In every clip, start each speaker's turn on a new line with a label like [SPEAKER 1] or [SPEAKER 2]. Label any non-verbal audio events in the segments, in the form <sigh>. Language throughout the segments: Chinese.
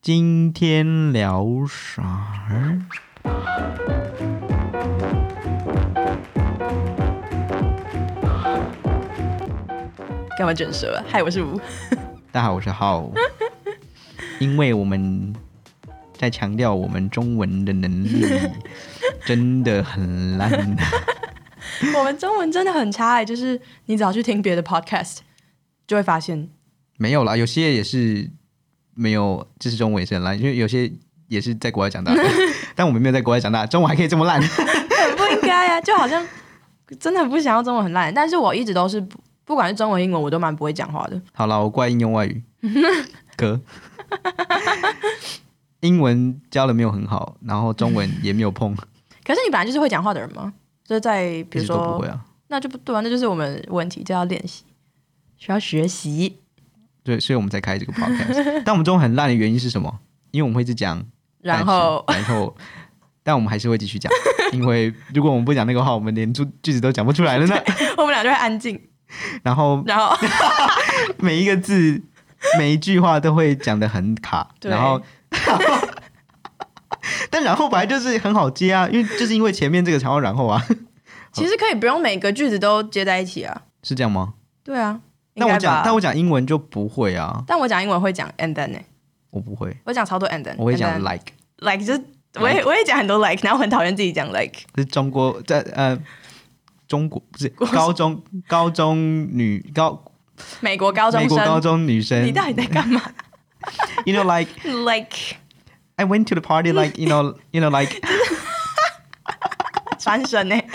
[SPEAKER 1] 今天聊啥儿？
[SPEAKER 2] 干嘛卷舌？嗨，我是吴。
[SPEAKER 1] 大家好，我是
[SPEAKER 2] <laughs>
[SPEAKER 1] 浩。因为我们在强调我们中文的能力真的很
[SPEAKER 2] <laughs>
[SPEAKER 1] 烂，
[SPEAKER 2] 我们中文真的很差、欸，就是你只要去听别的 podcast，就会发现
[SPEAKER 1] <laughs> 没有啦，有些也是没有，就是中文也是很烂，因为有些也是在国外长
[SPEAKER 2] <laughs>
[SPEAKER 1] 大的，但我们没有在国外长大，中文还可以这么烂。
[SPEAKER 2] 很不应该啊，就好像真的不想要中文很烂，但是我一直都是不不管是中文英文，我都蛮不会讲话的。
[SPEAKER 1] 好了，我怪应用外
[SPEAKER 2] <laughs>
[SPEAKER 1] 语哥，英文教的没有很好，然后中文也没有碰，
[SPEAKER 2] 可是你本来就是会讲话的人吗？就是在比
[SPEAKER 1] 一
[SPEAKER 2] 如
[SPEAKER 1] 直都不
[SPEAKER 2] 说
[SPEAKER 1] 会，啊。
[SPEAKER 2] 那就不对啊，那就是我们问题，就要练习，需要学习。
[SPEAKER 1] 对，所以我们才开
[SPEAKER 2] <laughs>
[SPEAKER 1] 这个 podcast。但我们中文很烂的原因是什么？因为我们会一直讲，
[SPEAKER 2] 然后
[SPEAKER 1] 但是，然后，但我们还是会继续讲，因为如果我们不讲那个话，我们连句句子都讲不出来了呢。
[SPEAKER 2] <laughs> 我们俩就会安静，
[SPEAKER 1] 然后
[SPEAKER 2] 然
[SPEAKER 1] <laughs>
[SPEAKER 2] 后
[SPEAKER 1] 每一个字、每一句话都会讲的很卡，
[SPEAKER 2] 对
[SPEAKER 1] 然后， <laughs> 但然后本来就是很好接啊，因为就是因为前面这个才要然后啊，
[SPEAKER 2] 其实可以不用每个句子都接在一起啊。
[SPEAKER 1] 是这样吗？
[SPEAKER 2] 对啊，
[SPEAKER 1] 但我讲，但
[SPEAKER 2] 我
[SPEAKER 1] 我讲英文就不会啊，
[SPEAKER 2] 但我讲英文会讲 and then 呢、
[SPEAKER 1] 我不会，
[SPEAKER 2] 我讲超多 and then，
[SPEAKER 1] 我会讲
[SPEAKER 2] and then
[SPEAKER 1] like。
[SPEAKER 2] like 就是我也我也讲很多 like，然后我很讨厌自己讲 like。
[SPEAKER 1] 是中国在呃中国不是高中高中女高
[SPEAKER 2] 美国高中
[SPEAKER 1] 美
[SPEAKER 2] 生，
[SPEAKER 1] 国高中女
[SPEAKER 2] 你
[SPEAKER 1] 生
[SPEAKER 2] 到底在干嘛 <laughs>
[SPEAKER 1] ，you know like
[SPEAKER 2] ？like
[SPEAKER 1] I went to the party like you
[SPEAKER 2] <laughs>
[SPEAKER 1] know you know like <laughs>
[SPEAKER 2] 传神呢、欸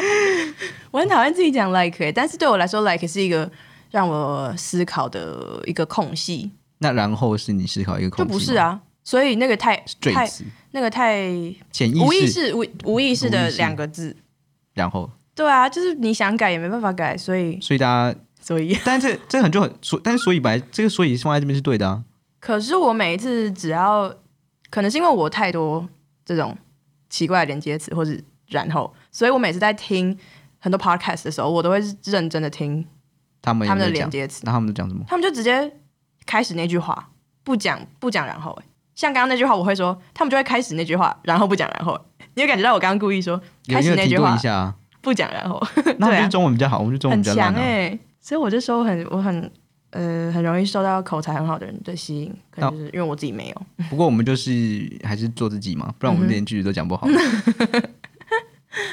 [SPEAKER 2] 我很讨厌自己讲 like，、欸、但是对我来说 like 是一个让我思考的一个空隙，
[SPEAKER 1] 那然后是你思考一个空隙
[SPEAKER 2] 就不是
[SPEAKER 1] 吗
[SPEAKER 2] 啊。所以那个太
[SPEAKER 1] 赘
[SPEAKER 2] 太
[SPEAKER 1] 词
[SPEAKER 2] 那个太
[SPEAKER 1] 潜意
[SPEAKER 2] 无意
[SPEAKER 1] 识
[SPEAKER 2] 识无无意识
[SPEAKER 1] 无
[SPEAKER 2] 的
[SPEAKER 1] 意识
[SPEAKER 2] 两个字，
[SPEAKER 1] 然后
[SPEAKER 2] 对啊，就是你想改也没办法改，所以
[SPEAKER 1] 所以大家
[SPEAKER 2] 所以。
[SPEAKER 1] 但这这很就很所但是所以本来这个所以放在这边是对的啊
[SPEAKER 2] 可是我每一次只要，可能是因为我太多这种奇怪的连接词或是然后，所以我每次在听很多 podcast 的时候，我都会认真的听
[SPEAKER 1] 他们
[SPEAKER 2] 他
[SPEAKER 1] 有
[SPEAKER 2] 们
[SPEAKER 1] 没
[SPEAKER 2] 的
[SPEAKER 1] 有
[SPEAKER 2] 连
[SPEAKER 1] 讲
[SPEAKER 2] 接词，
[SPEAKER 1] 那他们都讲什么
[SPEAKER 2] 他们就直接开始那句话，不讲不讲然后、欸。像刚刚那句话，我会说，他们就会开始那句话，然后不讲然后、欸你有感觉到我刚刚故意说
[SPEAKER 1] 有
[SPEAKER 2] 开
[SPEAKER 1] 没
[SPEAKER 2] 始
[SPEAKER 1] 有
[SPEAKER 2] 那
[SPEAKER 1] 停
[SPEAKER 2] 句
[SPEAKER 1] 顿
[SPEAKER 2] 话
[SPEAKER 1] 一下啊
[SPEAKER 2] 不讲然后，
[SPEAKER 1] 那我们
[SPEAKER 2] <laughs> 对啊
[SPEAKER 1] 就中文比较好我们就中文
[SPEAKER 2] 很
[SPEAKER 1] 比较烂啊
[SPEAKER 2] 强哎、欸所以我就说我很我很呃很容易受到口才很好的人的吸引，
[SPEAKER 1] 哦
[SPEAKER 2] 可能就是因为我自己没有。
[SPEAKER 1] 不过我们就是还是做自己嘛不然我
[SPEAKER 2] 嗯
[SPEAKER 1] 们连句子都讲不
[SPEAKER 2] <laughs>
[SPEAKER 1] 好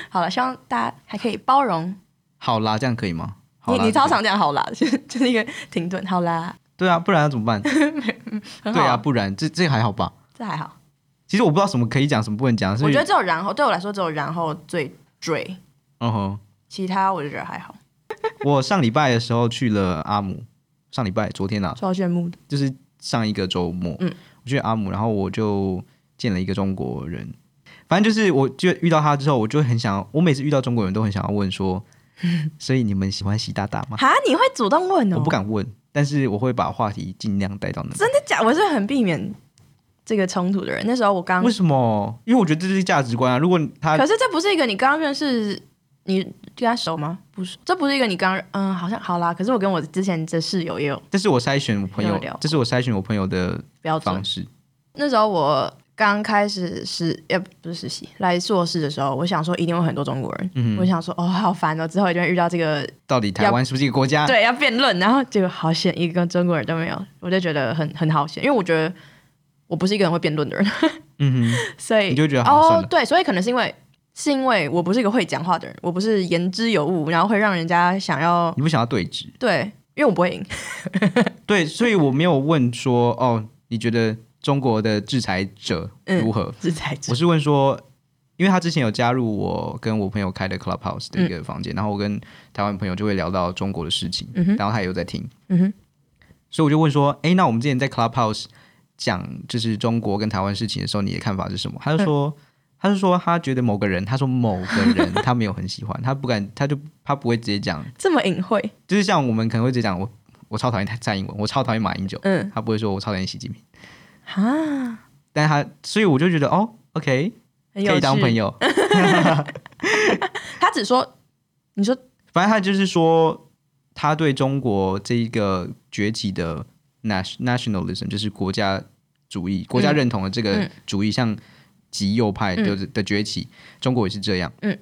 [SPEAKER 2] 好了，希望大家还可以包容。
[SPEAKER 1] 好啦这样可以吗好
[SPEAKER 2] 你
[SPEAKER 1] 啦
[SPEAKER 2] 你
[SPEAKER 1] 这
[SPEAKER 2] 超
[SPEAKER 1] 样
[SPEAKER 2] 常讲好啦， <laughs> 就是就是一个停顿，好啦，
[SPEAKER 1] 对啊，不然要怎么办？
[SPEAKER 2] <laughs> 很好，
[SPEAKER 1] 对啊，不然这这还好吧？
[SPEAKER 2] 这还好。
[SPEAKER 1] 其实我不知道什么可以讲，什么不能讲，所
[SPEAKER 2] 我
[SPEAKER 1] 以
[SPEAKER 2] 觉得只有然后对我来说只有然后最追，
[SPEAKER 1] 嗯哼，
[SPEAKER 2] 其他我就觉得还好，
[SPEAKER 1] 我上礼拜的时候去了阿姆，上礼拜昨天啊，
[SPEAKER 2] 超羡慕的。
[SPEAKER 1] 就是上一个周末，
[SPEAKER 2] 嗯，
[SPEAKER 1] 我去阿姆，然后我就见了一个中国人，反正就是我就遇到他之后，我就很想，我每次遇到中国人都很想要问
[SPEAKER 2] <laughs>
[SPEAKER 1] 说，所以你们喜欢习大大吗？
[SPEAKER 2] 哈，你会主动问哦？
[SPEAKER 1] 我不，敢问，但是我会把话题尽量带到那边。
[SPEAKER 2] 真的假？我是很避免这个冲突的人。那时候我刚
[SPEAKER 1] 为，什么？因为我觉得这是价值观啊。如果他
[SPEAKER 2] 可是这不是一个你刚认识，你跟他熟吗？不是，这不是一个你刚嗯，好像好啦。可是我跟我之前的室友也有
[SPEAKER 1] 这是我筛选我朋
[SPEAKER 2] 有
[SPEAKER 1] 友
[SPEAKER 2] 聊过，
[SPEAKER 1] 这是我筛选我朋友的
[SPEAKER 2] 标准
[SPEAKER 1] 方，式。
[SPEAKER 2] 那时候我刚开始实，也不是实习，来硕士的时候，我想说一定会很多中国人，
[SPEAKER 1] 嗯
[SPEAKER 2] 我想说哦，好烦哦，之后一定会遇到这个
[SPEAKER 1] 到底台湾是不是一个国家？
[SPEAKER 2] 对要辩论，然后结果好险一个中国人都没有，我就觉得很很好险，因为我觉得我不是一个很会辩论的人，
[SPEAKER 1] 嗯哼，
[SPEAKER 2] <laughs> 所以
[SPEAKER 1] 你就觉得好算
[SPEAKER 2] 哦
[SPEAKER 1] 了，
[SPEAKER 2] 对，所以可能是因为是因为我不是一个会讲话的人，我不是言之有物，然后会让人家想要
[SPEAKER 1] 你不想要对峙，
[SPEAKER 2] 对，因为我不会赢，
[SPEAKER 1] 对，所以我没有问说哦，你觉得中国的制裁者
[SPEAKER 2] 嗯
[SPEAKER 1] 如何？
[SPEAKER 2] 制裁者
[SPEAKER 1] 我是问说，因为他之前有加入我跟我朋友开的 Clubhouse 的一
[SPEAKER 2] 嗯
[SPEAKER 1] 个房间，然后我跟台湾朋友就会聊到中国的事情，然后他也有在听，
[SPEAKER 2] 嗯哼
[SPEAKER 1] 所以我就问说，哎，那我们之前在 Clubhouse 讲就是中国跟台湾事情的时候，你的看法是什么？他
[SPEAKER 2] 嗯
[SPEAKER 1] 就说。他就说他觉得某个人，他说某个人他没有很喜欢，他不敢，他就他不会直接讲
[SPEAKER 2] 这么隐晦，
[SPEAKER 1] 就是像我们可能会直接讲我我超讨厌蔡英文，我超讨厌马英九，
[SPEAKER 2] 嗯
[SPEAKER 1] 他不会说我超讨厌习近平，
[SPEAKER 2] 啊，
[SPEAKER 1] 但他所以我就觉得哦，OK，
[SPEAKER 2] 很有
[SPEAKER 1] 可以当
[SPEAKER 2] 趣
[SPEAKER 1] 朋，友。
[SPEAKER 2] 他只说你说
[SPEAKER 1] 反正他就是说他对中国这一个崛起的 nation- nationalism，就是国家主义，国家认同的这个
[SPEAKER 2] 嗯
[SPEAKER 1] 主义，像极右派就是的崛起，中国也是这样。
[SPEAKER 2] 嗯，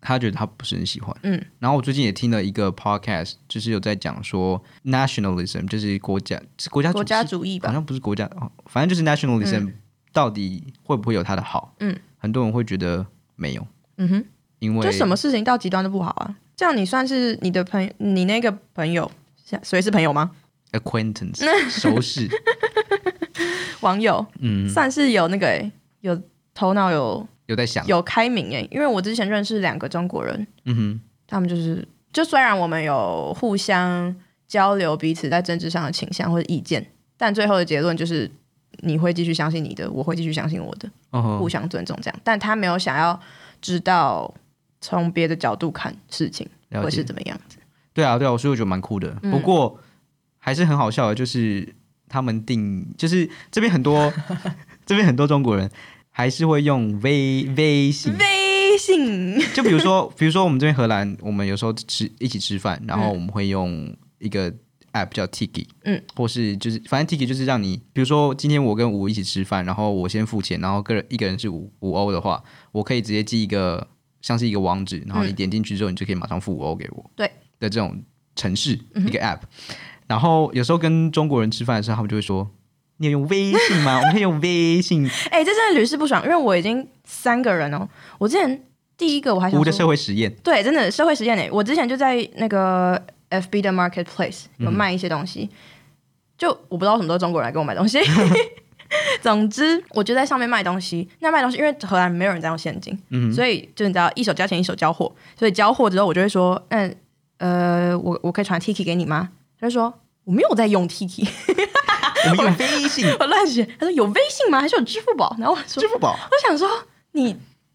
[SPEAKER 1] 他觉得他不是很喜欢。
[SPEAKER 2] 嗯，
[SPEAKER 1] 然后我最近也听了一个 podcast，就是有在讲说 nationalism，就是国家是国家
[SPEAKER 2] 国家主义
[SPEAKER 1] 好
[SPEAKER 2] 吧，
[SPEAKER 1] 像不是国家，哦反正就是 nationalism 到底会不会有它的好？
[SPEAKER 2] 嗯，
[SPEAKER 1] 很多人会觉得没有，
[SPEAKER 2] 嗯哼，
[SPEAKER 1] 因为
[SPEAKER 2] 就什么事情到极端都不好啊。这样你算是你的朋友，你那个朋友，所以是朋友吗？ <laughs>
[SPEAKER 1] acquaintance 熟识，
[SPEAKER 2] 网友
[SPEAKER 1] 嗯，
[SPEAKER 2] 算是有那个、欸、有头脑有
[SPEAKER 1] 有在
[SPEAKER 2] <laughs>
[SPEAKER 1] 想，
[SPEAKER 2] 有开明哎、因为我之前认识两个中国人，
[SPEAKER 1] 嗯哼，
[SPEAKER 2] 他们就是就虽然我们有互相交流彼此在政治上的倾向或者意见，但最后的结论就是你会继续相信你的，我会继续相信我的，
[SPEAKER 1] 哦
[SPEAKER 2] 互，相尊重这样。但他没有想要知道从别的角度看事情
[SPEAKER 1] 了
[SPEAKER 2] 会
[SPEAKER 1] 解
[SPEAKER 2] 是，怎嗯么样子，
[SPEAKER 1] 对啊，对啊，所以我觉得蛮酷的。不过还是很好笑的，就是他们定，就是这边很多 <laughs> 这边很多中国人还是会用微微信，
[SPEAKER 2] 微信
[SPEAKER 1] 就比如说， <laughs> 比如说我们这边荷兰，我们有时候吃一起吃饭，然后我们会用一个 app 叫 Tiki，
[SPEAKER 2] 嗯，
[SPEAKER 1] 或是就是反正 Tiki 就是让你，比如说今天我跟吴一起吃饭，然后我先付钱，然后个人一个人是五五欧的话，我可以直接寄一个像是一个网址，然后你点进去之后，你就可以马上付五欧给我，
[SPEAKER 2] 嗯对嗯
[SPEAKER 1] 的这种城市一个 app，、然后有时候跟中国人吃饭的时候，他们就会说。你有用微信吗？我们可以用微信。
[SPEAKER 2] <laughs> <laughs> 哎、这真的屡试不爽，因为我已经三个人哦。我之前第一个我还想
[SPEAKER 1] 吴的
[SPEAKER 2] 说，
[SPEAKER 1] 社会实验，
[SPEAKER 2] 对，真的社会实验诶，我之前就在那个 FB 的 Marketplace
[SPEAKER 1] 嗯
[SPEAKER 2] 有卖一些东西，就我不知道为什么都是中国人来给我买东西。 <laughs> 总之，我就在上面卖东西。那卖东西，因为荷兰没有人在用现金，
[SPEAKER 1] 嗯
[SPEAKER 2] 所以就你知道，一手交钱一手交货。所以交货之后，我就会说，嗯呃，我我可以传 Tiki 给你吗？他就说我没有在用 Tiki，
[SPEAKER 1] 我们用微信、
[SPEAKER 2] 我乱写。他说有微信吗？还是有支付宝？然后我 <laughs> 说
[SPEAKER 1] 支付宝，
[SPEAKER 2] 我想说，你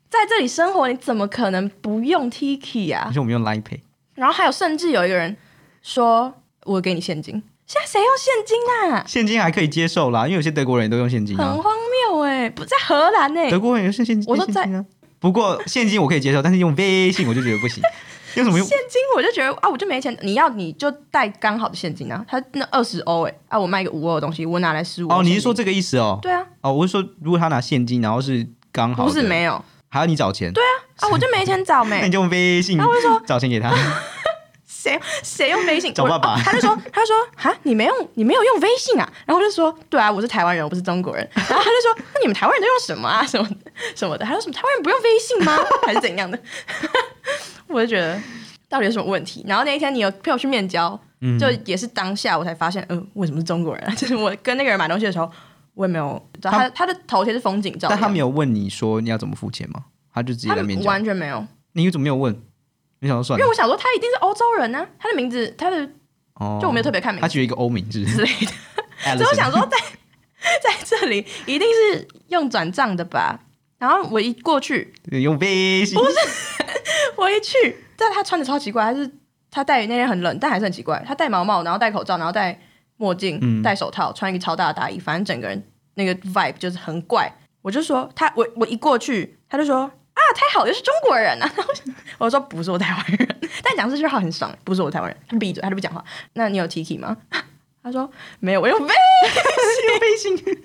[SPEAKER 2] 在这里生活，你怎么可能不用 Tiki 啊
[SPEAKER 1] 而？且我们用 Line Pay。
[SPEAKER 2] 然后还有，甚至有一个人说：“我给你现金。”现在谁用现金啊？
[SPEAKER 1] 现金还可以接受啦，因为有些德国人也都用现金啊
[SPEAKER 2] 很。荒谬哎、不在荷兰哎、
[SPEAKER 1] 德国人也是现金，
[SPEAKER 2] 我说
[SPEAKER 1] 现金啊。不过现金我可以接受，但是用微信我就觉得不
[SPEAKER 2] <laughs>
[SPEAKER 1] 行。用什么用？
[SPEAKER 2] 现金我就觉得啊，我就没钱，你要你就带刚好的现金啊。他那二十欧哎，啊，我卖一个五欧的东西，我拿来十五。
[SPEAKER 1] 哦，你是说这个意思哦？
[SPEAKER 2] 对啊？
[SPEAKER 1] 哦，我是说，如果他拿现金，然后是刚好
[SPEAKER 2] 不
[SPEAKER 1] 的
[SPEAKER 2] 是没有
[SPEAKER 1] 还要你找钱，对啊，
[SPEAKER 2] 啊，我就没钱找
[SPEAKER 1] 那
[SPEAKER 2] 没
[SPEAKER 1] 你就用微信找钱给他，
[SPEAKER 2] <laughs> 谁谁用微信？
[SPEAKER 1] 找爸爸
[SPEAKER 2] 我哦他就说他就说啊，你没用你没有用微信啊？然后我就说对啊，我是台湾人，我不是中国人。然后他就说 <laughs> 那你们台湾人都用什么啊？什么的什么的？还有什么台湾人不用微信吗？ <laughs> 还是怎样的？我就觉得到底有什么问题？然后那一天你有陪我去面交，
[SPEAKER 1] 嗯
[SPEAKER 2] 就也是当下我才发现，嗯、为什么是中国人、啊？ <laughs> 就是我跟那个人买东西的时候，我也没有知道
[SPEAKER 1] 他
[SPEAKER 2] 他他的头贴是风景照，
[SPEAKER 1] 但他没有问你说你要怎么付钱吗？他就直接
[SPEAKER 2] 他
[SPEAKER 1] 在面前，
[SPEAKER 2] 完全没有，
[SPEAKER 1] 你怎么没有问？你想说算
[SPEAKER 2] 因为
[SPEAKER 1] 了，
[SPEAKER 2] 我想说他一定是欧洲人呢、他的名字他的
[SPEAKER 1] 哦，
[SPEAKER 2] 就我没有特别看名
[SPEAKER 1] 他
[SPEAKER 2] 字
[SPEAKER 1] 举了一个欧名字，
[SPEAKER 2] 之类的。所以我想说在，在 <laughs> 这里一定是用转账的吧。然后我一过去，
[SPEAKER 1] <laughs> 用微信，不是
[SPEAKER 2] 我一去，但他穿的超奇怪，还是他戴那天很冷，但还是很奇怪。他戴毛帽，然后戴口罩，然后戴墨镜，戴手套，穿一个超大的大衣，反正整个人那个 vibe 就是很怪。我就说他，我我一过去，他就说啊，太好了，又是中国人啊！ <laughs> 然后我说不是我台湾人，但讲这句话很爽，不是我台湾人，他闭嘴，他就不讲话。那你有 Tiki 吗？ <laughs> 他说没有，我用
[SPEAKER 1] 用
[SPEAKER 2] V，
[SPEAKER 1] 微信。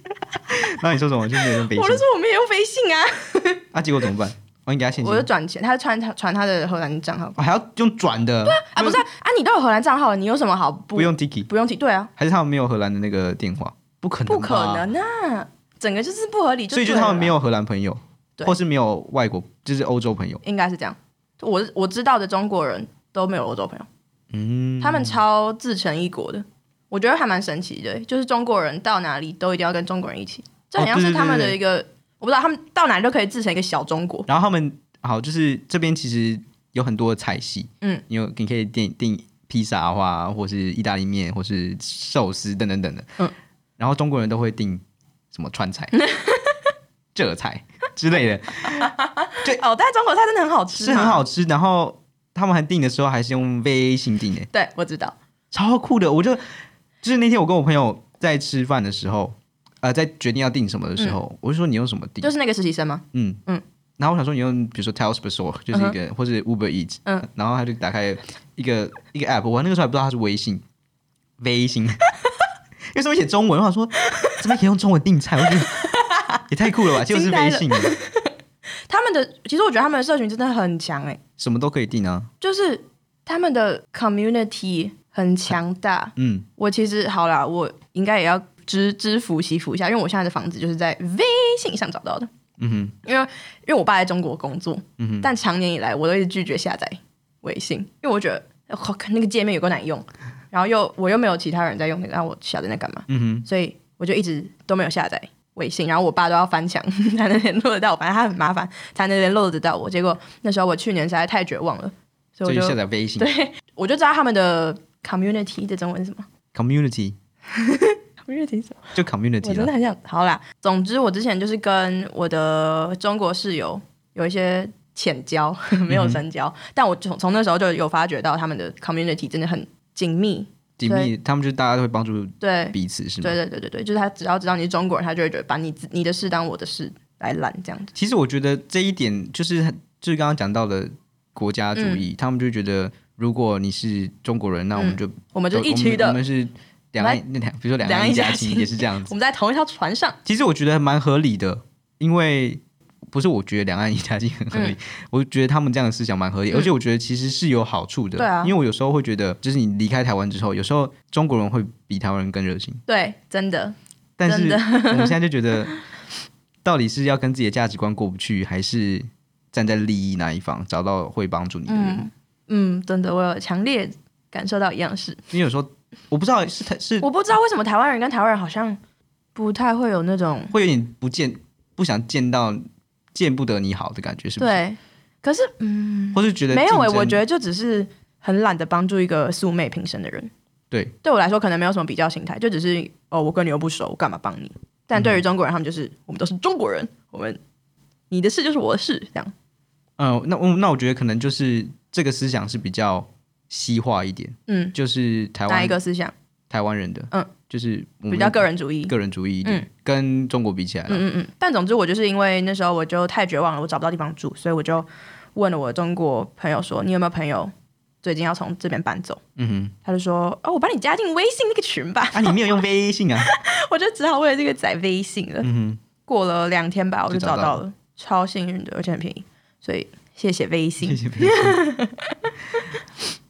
[SPEAKER 1] 然后你说什么？就没有用微信
[SPEAKER 2] 我就，说我没有用飞信啊。
[SPEAKER 1] 啊，结果怎么办？哦，你给他现金
[SPEAKER 2] 我就转钱，他就传他传他的荷兰账号
[SPEAKER 1] 哦还要用转的？对
[SPEAKER 2] 啊，不是啊，啊你都有荷兰账号了，你有什么好不
[SPEAKER 1] 不用 Tiki，
[SPEAKER 2] 不用提？对啊，
[SPEAKER 1] 还是他们没有荷兰的那个电话？不可能，
[SPEAKER 2] 不可，能啊，整个就是不合理，
[SPEAKER 1] 所以就
[SPEAKER 2] 就是对了
[SPEAKER 1] 他们没，有荷兰朋友，
[SPEAKER 2] 对
[SPEAKER 1] 或是没有外国，就是欧洲朋友。
[SPEAKER 2] 应该是这样。我我知道的中国人都没有欧洲朋友，
[SPEAKER 1] 嗯，
[SPEAKER 2] 他们超自成一国的，我觉得还蛮神奇的，就是中国人到哪里都一定要跟中国人一起，这
[SPEAKER 1] 哦
[SPEAKER 2] 好像
[SPEAKER 1] 对
[SPEAKER 2] 是
[SPEAKER 1] 对
[SPEAKER 2] 他们
[SPEAKER 1] 对
[SPEAKER 2] 的一个，我不知道他们到哪里都可以自成一个小中国。
[SPEAKER 1] 然后他们好，就是这边其实有很多的菜系，
[SPEAKER 2] 嗯，
[SPEAKER 1] 你有你可以订订披萨的话，或是意大利面，或是寿司等等等的，
[SPEAKER 2] 嗯，
[SPEAKER 1] 然后中国人都会订什么川
[SPEAKER 2] <laughs>
[SPEAKER 1] 菜、浙菜之类的，
[SPEAKER 2] 哦，但是中国菜真的很好吃，啊
[SPEAKER 1] 是很。好吃。然后他们还订的时候还是用微信订的，
[SPEAKER 2] 对，我知道，
[SPEAKER 1] 超酷的！我就就是那天我跟我朋友在吃饭的时候，呃，在决定要订什么的时候，我就说你用什么订
[SPEAKER 2] 嗯就，是那个实习生吗？
[SPEAKER 1] 嗯嗯
[SPEAKER 2] 嗯。
[SPEAKER 1] 然后我想说你用比如说 t e l s p e r s o r 就是一个、或是 Uber Eats，
[SPEAKER 2] 嗯
[SPEAKER 1] 然后他就打开一个一个 <laughs> app，我那个时候还不知道它是微信，微信，因为上面写中文，我想说怎么可以用中文订菜？我觉得也太酷了吧！就是
[SPEAKER 2] 惊呆
[SPEAKER 1] 微
[SPEAKER 2] 了
[SPEAKER 1] 信耶，
[SPEAKER 2] 他们的其实我觉得他们的社群真的很强哎、
[SPEAKER 1] 什么都可以订啊。
[SPEAKER 2] 就是他们的 community 很强大。
[SPEAKER 1] 嗯，
[SPEAKER 2] 我其实好啦，我应该也要知知福惜福一下，因为我现在的房子就是在微信上找到的。
[SPEAKER 1] 嗯哼，
[SPEAKER 2] 因为因为我爸在中国工作，
[SPEAKER 1] 嗯哼
[SPEAKER 2] 但长年以来我都一直拒绝下载微信，因为我觉得好看、那个界面有够难用，然后又我又没有其他人在用那个，那我下载那干嘛？
[SPEAKER 1] 嗯哼，
[SPEAKER 2] 所以我就一直都没有下载微信，然后我爸都要翻墙 <laughs> 才能联络得到我，反正他很麻烦才能联络得到我。结果那时候我去年实在太绝望了，所
[SPEAKER 1] 所
[SPEAKER 2] 以
[SPEAKER 1] 以
[SPEAKER 2] 我
[SPEAKER 1] 下
[SPEAKER 2] 就
[SPEAKER 1] 载微信
[SPEAKER 2] 对我就知道他们的 community 的中文是什么
[SPEAKER 1] community
[SPEAKER 2] community 是什么
[SPEAKER 1] 就
[SPEAKER 2] 我
[SPEAKER 1] community
[SPEAKER 2] 真的
[SPEAKER 1] 了。
[SPEAKER 2] 很想好啦。总之我之前就是跟我的中国室友有一些浅交， <laughs> 没有深交，但我从从那时候就有发觉到他们的 community 真的很紧密，
[SPEAKER 1] 紧密，他们就大家都会帮助
[SPEAKER 2] 对，
[SPEAKER 1] 彼此，是吗
[SPEAKER 2] 对？对对对对，就是他只要知道你是中国人，他就会觉得把你自你的事当我的事来揽这样子。
[SPEAKER 1] 其实我觉得这一点就是很就是刚刚讲到的国家主
[SPEAKER 2] 嗯
[SPEAKER 1] 义，他们就觉得如果你是中国人，那我们就、
[SPEAKER 2] 我们就
[SPEAKER 1] 我
[SPEAKER 2] 一区的，
[SPEAKER 1] 我
[SPEAKER 2] 我
[SPEAKER 1] 们
[SPEAKER 2] 们
[SPEAKER 1] 是两岸那两，比如说两
[SPEAKER 2] 两
[SPEAKER 1] 岸
[SPEAKER 2] 岸
[SPEAKER 1] 一
[SPEAKER 2] 一
[SPEAKER 1] 家
[SPEAKER 2] 家
[SPEAKER 1] 亲
[SPEAKER 2] 亲
[SPEAKER 1] 也是这样子。
[SPEAKER 2] 在同一条船上。
[SPEAKER 1] 其实我觉得蛮合理的，因为不是我觉得两岸一家亲很合
[SPEAKER 2] 嗯
[SPEAKER 1] 理，我觉得他们这样的思想蛮合理，而且我觉得其实是有好处的。
[SPEAKER 2] 对啊
[SPEAKER 1] 因为我有时候会觉得，就是你离开台湾之后，有时候中国人会比台湾人更热情，
[SPEAKER 2] 对，真的，
[SPEAKER 1] 但是
[SPEAKER 2] 真的
[SPEAKER 1] 我们现在就觉得，到底是要跟自己的价值观过不去，还是站在利益那一方，找到会帮助你的人？
[SPEAKER 2] 嗯嗯，真的，我有强烈感受到一样事。
[SPEAKER 1] 因为有时候我不知道是他是
[SPEAKER 2] <laughs> 我不知道为什么台湾人跟台湾人好像不太会有那种
[SPEAKER 1] 会有点不见不想见到见不得你好的感觉，是不是？
[SPEAKER 2] 对，可是嗯，
[SPEAKER 1] 或是觉得
[SPEAKER 2] 没有
[SPEAKER 1] 哎、
[SPEAKER 2] 哎、我觉
[SPEAKER 1] 得
[SPEAKER 2] 得就只是很懒得帮助一个素昧平生的人。
[SPEAKER 1] 对，
[SPEAKER 2] 对我来说可能没有什么比较心态，就只是哦，我跟你又不熟，我干嘛帮你？但
[SPEAKER 1] 嗯
[SPEAKER 2] 对于中国人，他们就是我们都是中国人，我们你的事就是我的事，这样。
[SPEAKER 1] 嗯、那我那我觉得可能就是这个思想是比较西化一点，
[SPEAKER 2] 嗯，
[SPEAKER 1] 就是台
[SPEAKER 2] 哪
[SPEAKER 1] 湾
[SPEAKER 2] 一个思想
[SPEAKER 1] 台湾人的，
[SPEAKER 2] 嗯，
[SPEAKER 1] 就是我们
[SPEAKER 2] 比较个人嗯主义？
[SPEAKER 1] 个人主义一点，跟中国比起来了，
[SPEAKER 2] 嗯嗯嗯。但总之，我就是因为那时候我就太绝望了，我找不到地方住，所以我就问了我中国朋友说：“你有没有朋友最近要从这边搬走
[SPEAKER 1] 嗯哼，？”
[SPEAKER 2] 他就说：“哦，我把你加进微信那个群吧。 <laughs>
[SPEAKER 1] 啊，你没有用微信啊，”
[SPEAKER 2] 我就只好为了这个载微信了。
[SPEAKER 1] 嗯
[SPEAKER 2] 过了两天吧，我就
[SPEAKER 1] 就找
[SPEAKER 2] 找
[SPEAKER 1] 到
[SPEAKER 2] 到了，超幸运的，而且很便宜，所以谢谢微
[SPEAKER 1] 哼，谢
[SPEAKER 2] 信。
[SPEAKER 1] 谢微信。 <laughs>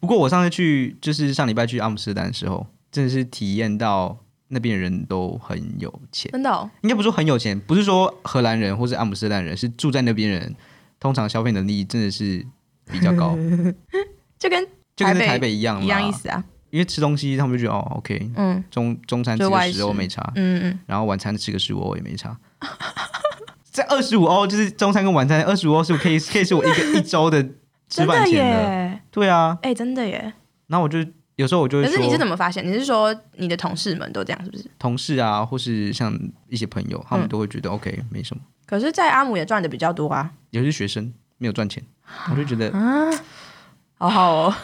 [SPEAKER 1] 不过我上次去，就是上礼拜去阿姆斯特丹的时候，真的是体验到那边的人都很有钱。
[SPEAKER 2] 真的、哦，
[SPEAKER 1] 应该不是说很有钱，不是说荷兰人或是阿姆斯特丹人，是住在那边人，通常消费能力真的是比较高，
[SPEAKER 2] 就跟
[SPEAKER 1] 就跟在台
[SPEAKER 2] 台
[SPEAKER 1] 北一样啦
[SPEAKER 2] 嗯一样意。思啊。
[SPEAKER 1] 因为吃东西他们就觉得哦，OK，
[SPEAKER 2] 嗯
[SPEAKER 1] 中中餐
[SPEAKER 2] 就
[SPEAKER 1] 吃个
[SPEAKER 2] 外
[SPEAKER 1] 十欧
[SPEAKER 2] 食
[SPEAKER 1] 没差，
[SPEAKER 2] 嗯嗯，
[SPEAKER 1] 然后晚餐吃个十欧也没差。 <laughs> 在二十五欧，就是中餐跟晚餐，二十五欧是我可以可以是我一
[SPEAKER 2] <laughs>
[SPEAKER 1] 个一周的吃
[SPEAKER 2] 真
[SPEAKER 1] 饭
[SPEAKER 2] 耶，
[SPEAKER 1] 钱的。
[SPEAKER 2] 哎、
[SPEAKER 1] 对啊，
[SPEAKER 2] 真的耶。
[SPEAKER 1] 然后我就有时候我就会
[SPEAKER 2] 可是你是
[SPEAKER 1] 说，
[SPEAKER 2] 怎么发现？你是说你的同事们都这样是不是？
[SPEAKER 1] 同事啊，或是像一些朋友，他们
[SPEAKER 2] 嗯
[SPEAKER 1] 都会觉得 OK 没什么。
[SPEAKER 2] 可是，在阿姆也赚的比较多啊。
[SPEAKER 1] 有些学生没有赚钱，我就觉得
[SPEAKER 2] 好好哦，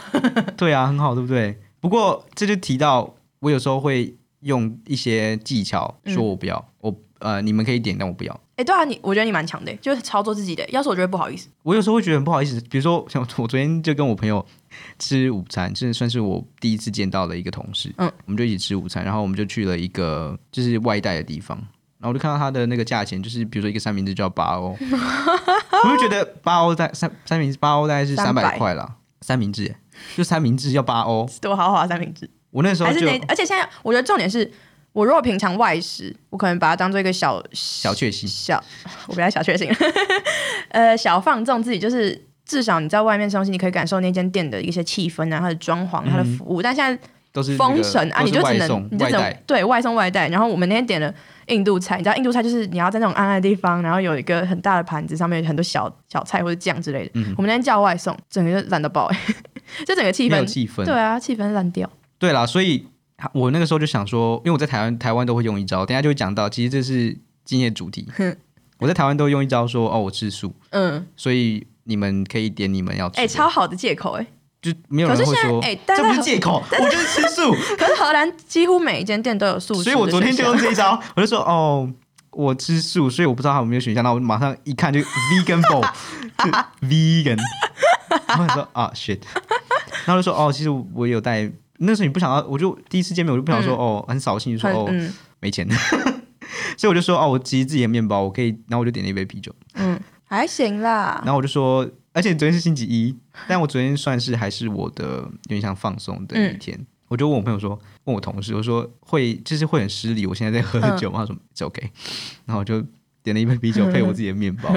[SPEAKER 1] 对啊，很好，对不对？不过这就提到我有时候会用一些技巧，说
[SPEAKER 2] 嗯
[SPEAKER 1] 我不要，我呃，你们可以点，但我不要。
[SPEAKER 2] 哎、对啊，你我觉得你蛮强的，就是操作自己的。要是我觉得不好意思，
[SPEAKER 1] 我有时候会觉得很不好意思，比如说 <laughs> 像我昨天就跟我朋友吃午餐，这算是我第一次见到的一个同事，
[SPEAKER 2] 嗯，
[SPEAKER 1] 我们就一起吃午餐，然后我们就去了一个就是外带的地方，然后我就看到他的那个价钱，就是比如说一个三明治就要八
[SPEAKER 2] <laughs>
[SPEAKER 1] 欧，我就觉得八欧在三三明治八欧大概是三
[SPEAKER 2] 300
[SPEAKER 1] 百块啦，三明治耶就三明治要八欧，
[SPEAKER 2] 多豪华三明治，
[SPEAKER 1] 我那时候
[SPEAKER 2] 还是
[SPEAKER 1] 就
[SPEAKER 2] 那？而且现在我觉得重点是，我如果平常外食，我可能把它当做一个小
[SPEAKER 1] 小确幸。
[SPEAKER 2] 小，我不要小确幸， <laughs> 呃，小放纵自己，就是至少你在外面吃东西，你可以感受那间店的一些气氛啊，它的装潢、它的服务。但现
[SPEAKER 1] 都嗯是
[SPEAKER 2] 在
[SPEAKER 1] 那个
[SPEAKER 2] 封城啊，
[SPEAKER 1] 都
[SPEAKER 2] 你
[SPEAKER 1] 是
[SPEAKER 2] 就只
[SPEAKER 1] 外
[SPEAKER 2] 能
[SPEAKER 1] 送
[SPEAKER 2] 你就
[SPEAKER 1] 外
[SPEAKER 2] 只能
[SPEAKER 1] 带，
[SPEAKER 2] 对外送外带。然后我们那天点了印度菜，你知道印度菜就是你要在那种暗暗的地方，然后有一个很大的盘子，上面有很多小小菜或者酱之类的。
[SPEAKER 1] 嗯
[SPEAKER 2] 我们那天叫外送，整个就懒得爆、欸， <laughs> 就整个气
[SPEAKER 1] 没有
[SPEAKER 2] 氛，
[SPEAKER 1] 气氛。
[SPEAKER 2] 对啊，气氛烂掉。 <laughs>
[SPEAKER 1] 对啦，所以我那个时候就想说，因为我在台湾，台湾都会用一招，等一下就会讲到，其实这是今天的主题。我在台湾都会用一招说，哦，我吃素，
[SPEAKER 2] 嗯，
[SPEAKER 1] 所以你们可以点你们要吃的。
[SPEAKER 2] 哎、超好的借口哎、 <laughs>
[SPEAKER 1] 就没有人会
[SPEAKER 2] 可是现
[SPEAKER 1] 说，
[SPEAKER 2] 在哎 <laughs> 大家
[SPEAKER 1] 这不是借口，我就是吃素，
[SPEAKER 2] 可是荷兰几乎每一间店都有素食的
[SPEAKER 1] 所
[SPEAKER 2] 选项，
[SPEAKER 1] 以我昨天就用这一招，我就说，哦。我吃素，所以我不知道他有没有选项。那我马上一看就 <laughs> vegan bowl，就 vegan。然后我说啊 shit，然后就说哦，其实我有带。那时候你不想要，我就第一次见面我就不想说、哦，很扫兴，就说
[SPEAKER 2] 嗯很
[SPEAKER 1] 哦，
[SPEAKER 2] 嗯。
[SPEAKER 1] 没钱。 <laughs> 所以我就说哦，我其实自己的面包，我可以，然后我就点了一杯啤酒，
[SPEAKER 2] 嗯还行啦
[SPEAKER 1] 然。后我就说，而且昨天是星期一，但我昨天算是还是我的有点像放松的
[SPEAKER 2] 嗯
[SPEAKER 1] 一天。我就问我朋友说，问我同事，我说会就是会很失礼，我现在在喝
[SPEAKER 2] 嗯
[SPEAKER 1] 酒吗？他说 It's OK，然后我就点了一杯啤酒配我自己的面
[SPEAKER 2] <laughs>
[SPEAKER 1] 包，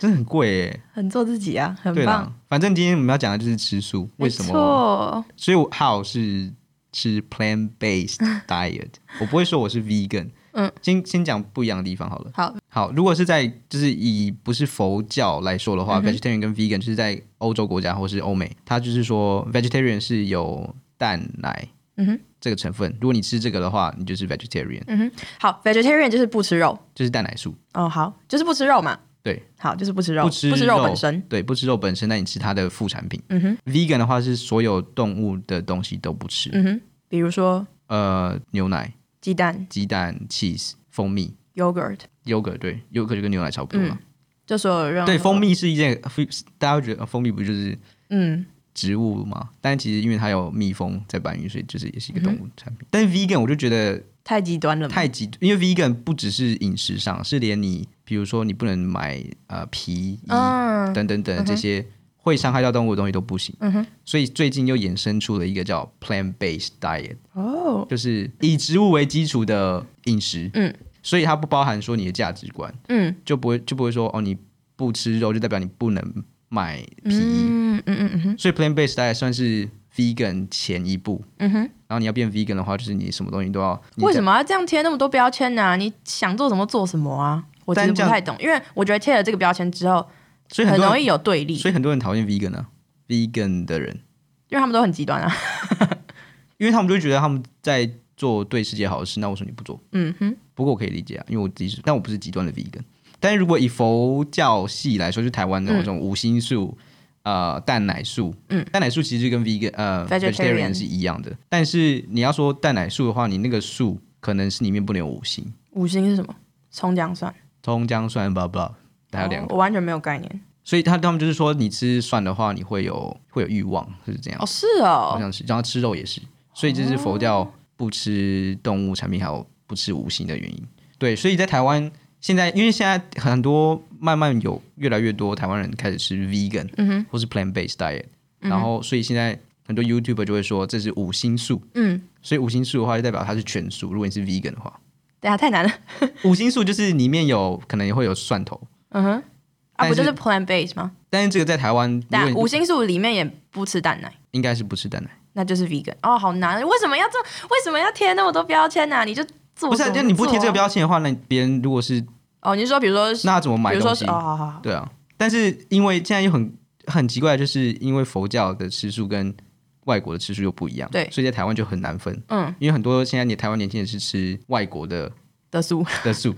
[SPEAKER 1] 真的很贵耶、
[SPEAKER 2] 很做自己啊，很
[SPEAKER 1] 对
[SPEAKER 2] 棒
[SPEAKER 1] 啦。，反正今天我们要讲的就是吃素，为什
[SPEAKER 2] 没
[SPEAKER 1] 么？
[SPEAKER 2] 错，
[SPEAKER 1] 所以我 how 是吃 plant based diet，我不会说我是 vegan。
[SPEAKER 2] <laughs> 嗯，
[SPEAKER 1] 先先讲不一样的地方好了。
[SPEAKER 2] 好，
[SPEAKER 1] 好，如果是在就是以不是佛教来说的
[SPEAKER 2] 嗯
[SPEAKER 1] 话、v e g e t a r i a n 跟 vegan 就是在欧洲国家或是欧美，它就是说 vegetarian 是有蛋奶
[SPEAKER 2] 嗯哼，
[SPEAKER 1] 这个成分，如果你吃这个的话，你就是 vegetarian，
[SPEAKER 2] 嗯哼，好，vegetarian 就是不吃肉。
[SPEAKER 1] 就是蛋奶素。
[SPEAKER 2] 哦，好，就是不吃肉嘛。
[SPEAKER 1] 对，
[SPEAKER 2] 好，就是不吃肉，
[SPEAKER 1] 不吃
[SPEAKER 2] 肉本身。
[SPEAKER 1] 对，不吃肉本身，但你吃它的副产品。
[SPEAKER 2] 嗯哼，
[SPEAKER 1] vegan 的话是所有动物的东西都不吃，
[SPEAKER 2] 嗯哼，比如说
[SPEAKER 1] 呃，牛奶、
[SPEAKER 2] 鸡蛋、
[SPEAKER 1] 鸡蛋、cheese、蜂蜜、
[SPEAKER 2] yogurt，
[SPEAKER 1] yogurt，对，yogurt 就跟牛奶差不多了。
[SPEAKER 2] 就所有任
[SPEAKER 1] 对，
[SPEAKER 2] 何
[SPEAKER 1] 蜂，蜜是一件，大家会觉得、呃蜂蜜不就是
[SPEAKER 2] 嗯，
[SPEAKER 1] 植物嘛？但其实因为它有蜜蜂在搬运，所以就是也是一个动物产
[SPEAKER 2] 嗯
[SPEAKER 1] 品。但是 vegan 我就觉得
[SPEAKER 2] 太极端了嘛。
[SPEAKER 1] 太极，因为 vegan 不只是饮食上，是连你比如说你不能买呃皮衣、
[SPEAKER 2] 嗯
[SPEAKER 1] 等等等这些会伤害到动物的东西都不行。
[SPEAKER 2] 嗯哼，
[SPEAKER 1] 所以最近又衍生出了一个叫 plant based diet，
[SPEAKER 2] 哦，
[SPEAKER 1] 就是以植物为基础的饮食。
[SPEAKER 2] 嗯，
[SPEAKER 1] 所以它不包含说你的价值观，
[SPEAKER 2] 嗯
[SPEAKER 1] 就不会就不会说哦你不吃肉就代表你不能买皮衣。
[SPEAKER 2] 嗯嗯嗯嗯哼
[SPEAKER 1] 所以 plant based diet 算是 vegan 前一步。
[SPEAKER 2] 嗯哼，
[SPEAKER 1] 然后你要变 vegan 的话，就是你什么东西都要。你在
[SPEAKER 2] 为什？么要这样贴那么多标签呢、你想做什么做什么啊？我其实
[SPEAKER 1] 但
[SPEAKER 2] 不
[SPEAKER 1] 这样
[SPEAKER 2] 太懂，因为我觉得贴了这个标签之后，
[SPEAKER 1] 所以
[SPEAKER 2] 很
[SPEAKER 1] 很多
[SPEAKER 2] 容
[SPEAKER 1] 人，
[SPEAKER 2] 易有对立，
[SPEAKER 1] 所以很多人讨厌 vegan 啊，vegan 的人，
[SPEAKER 2] 因为他们都很极端啊。
[SPEAKER 1] 因为他们就会觉得他们在做对世界好的事，那为什么你不做？
[SPEAKER 2] 嗯哼，
[SPEAKER 1] 不过我可以理解啊，因为我自己是，但我不是极端的 vegan。但是如果以佛教系来说，就台湾那种、
[SPEAKER 2] 嗯
[SPEAKER 1] 这种五星素、呃蛋奶素，
[SPEAKER 2] 嗯，
[SPEAKER 1] 蛋奶素其实就跟 vegan 呃
[SPEAKER 2] Vegetarian
[SPEAKER 1] 是一样的。但是你要说蛋奶素的话，你那个素可能是里面不能有五星，
[SPEAKER 2] 五星是什么？葱姜蒜，
[SPEAKER 1] 葱姜蒜 blah blah，还有两
[SPEAKER 2] 哦
[SPEAKER 1] 个。
[SPEAKER 2] 我完全没有概念。
[SPEAKER 1] 所以他他们就是说，你吃蒜的话，你会有会有欲望，是这样。
[SPEAKER 2] 哦，是
[SPEAKER 1] 好
[SPEAKER 2] 哦，
[SPEAKER 1] 像是，然后吃肉也是，所以这是佛教不吃动物产品，还有不吃无形的原因。对，所以在台湾现在，因为现在很多慢慢有越来越多台湾人开始吃 vegan，
[SPEAKER 2] 嗯哼，嗯
[SPEAKER 1] 或是 plant based diet，、然后所以现在很多 YouTuber 就会说这是五星素，
[SPEAKER 2] 嗯，
[SPEAKER 1] 所以五星素的话就代表它是全素，如果你是 vegan 的话，
[SPEAKER 2] 等一下太难了。
[SPEAKER 1] 五星素就是里面有可能也会有蒜头，
[SPEAKER 2] 嗯哼，啊，
[SPEAKER 1] 但
[SPEAKER 2] 不就是是 plan base 吗？
[SPEAKER 1] 但是这个在台湾如果
[SPEAKER 2] 但
[SPEAKER 1] 你
[SPEAKER 2] 五
[SPEAKER 1] 不
[SPEAKER 2] 星素里面也不吃蛋奶，
[SPEAKER 1] 应该是不吃蛋奶，
[SPEAKER 2] 那就是 vegan。哦，好难，为什么要这？为什么要贴那么多标签呢、啊？你就做
[SPEAKER 1] 不是、啊，
[SPEAKER 2] 什么
[SPEAKER 1] 就你不贴这个
[SPEAKER 2] 做啊
[SPEAKER 1] 标签的话，那别人如果是
[SPEAKER 2] 哦，你是说比如说，
[SPEAKER 1] 那他怎么
[SPEAKER 2] 比
[SPEAKER 1] 买
[SPEAKER 2] 如说
[SPEAKER 1] 东
[SPEAKER 2] 是
[SPEAKER 1] 西？
[SPEAKER 2] 哦，好好好，
[SPEAKER 1] 对啊，但是因为现在又很很奇怪，就是因为佛教的吃素跟外国的吃素又不一样，
[SPEAKER 2] 对
[SPEAKER 1] 所以在台湾就很难分，
[SPEAKER 2] 嗯，
[SPEAKER 1] 因为很多现在你台湾年轻人是吃外国的
[SPEAKER 2] 的素
[SPEAKER 1] 的
[SPEAKER 2] <laughs>
[SPEAKER 1] 素，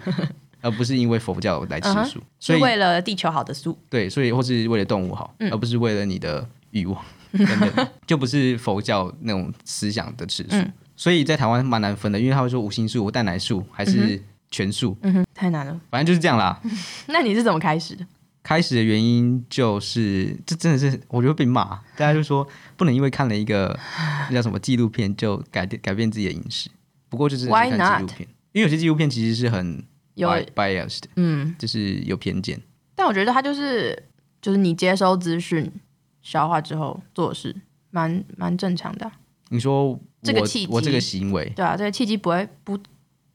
[SPEAKER 1] 而不是因为佛教来吃
[SPEAKER 2] 嗯
[SPEAKER 1] 素，所
[SPEAKER 2] 是
[SPEAKER 1] 以
[SPEAKER 2] 为了地球好的素，
[SPEAKER 1] 对，所以或是为了动物好，
[SPEAKER 2] 嗯
[SPEAKER 1] 而不是为了你的欲
[SPEAKER 2] <laughs>
[SPEAKER 1] 望，等等，就不是佛教那种思想的吃素，
[SPEAKER 2] 嗯
[SPEAKER 1] 所以在台湾蛮难分的，因为他会说无心素、蛋奶素还是全素，
[SPEAKER 2] 嗯哼，太难了。
[SPEAKER 1] 反正就是这样啦。
[SPEAKER 2] 那你是怎么开始的？
[SPEAKER 1] 开始的原因就是，这真的是我觉得被骂，大家就说不能因为看了一个那叫什么纪录片就改变改变自己的饮食。不过就是只
[SPEAKER 2] Why
[SPEAKER 1] 看纪录片，因为有些纪录片其实是很
[SPEAKER 2] 有
[SPEAKER 1] bi- biased，
[SPEAKER 2] 嗯，
[SPEAKER 1] 就是有偏见。
[SPEAKER 2] 但我觉得它就是就是你接收资讯、消化之后做事，蛮蛮正常的啊、
[SPEAKER 1] 你说我
[SPEAKER 2] 这个契机
[SPEAKER 1] 我这个行为，
[SPEAKER 2] 对啊，这个契机不会不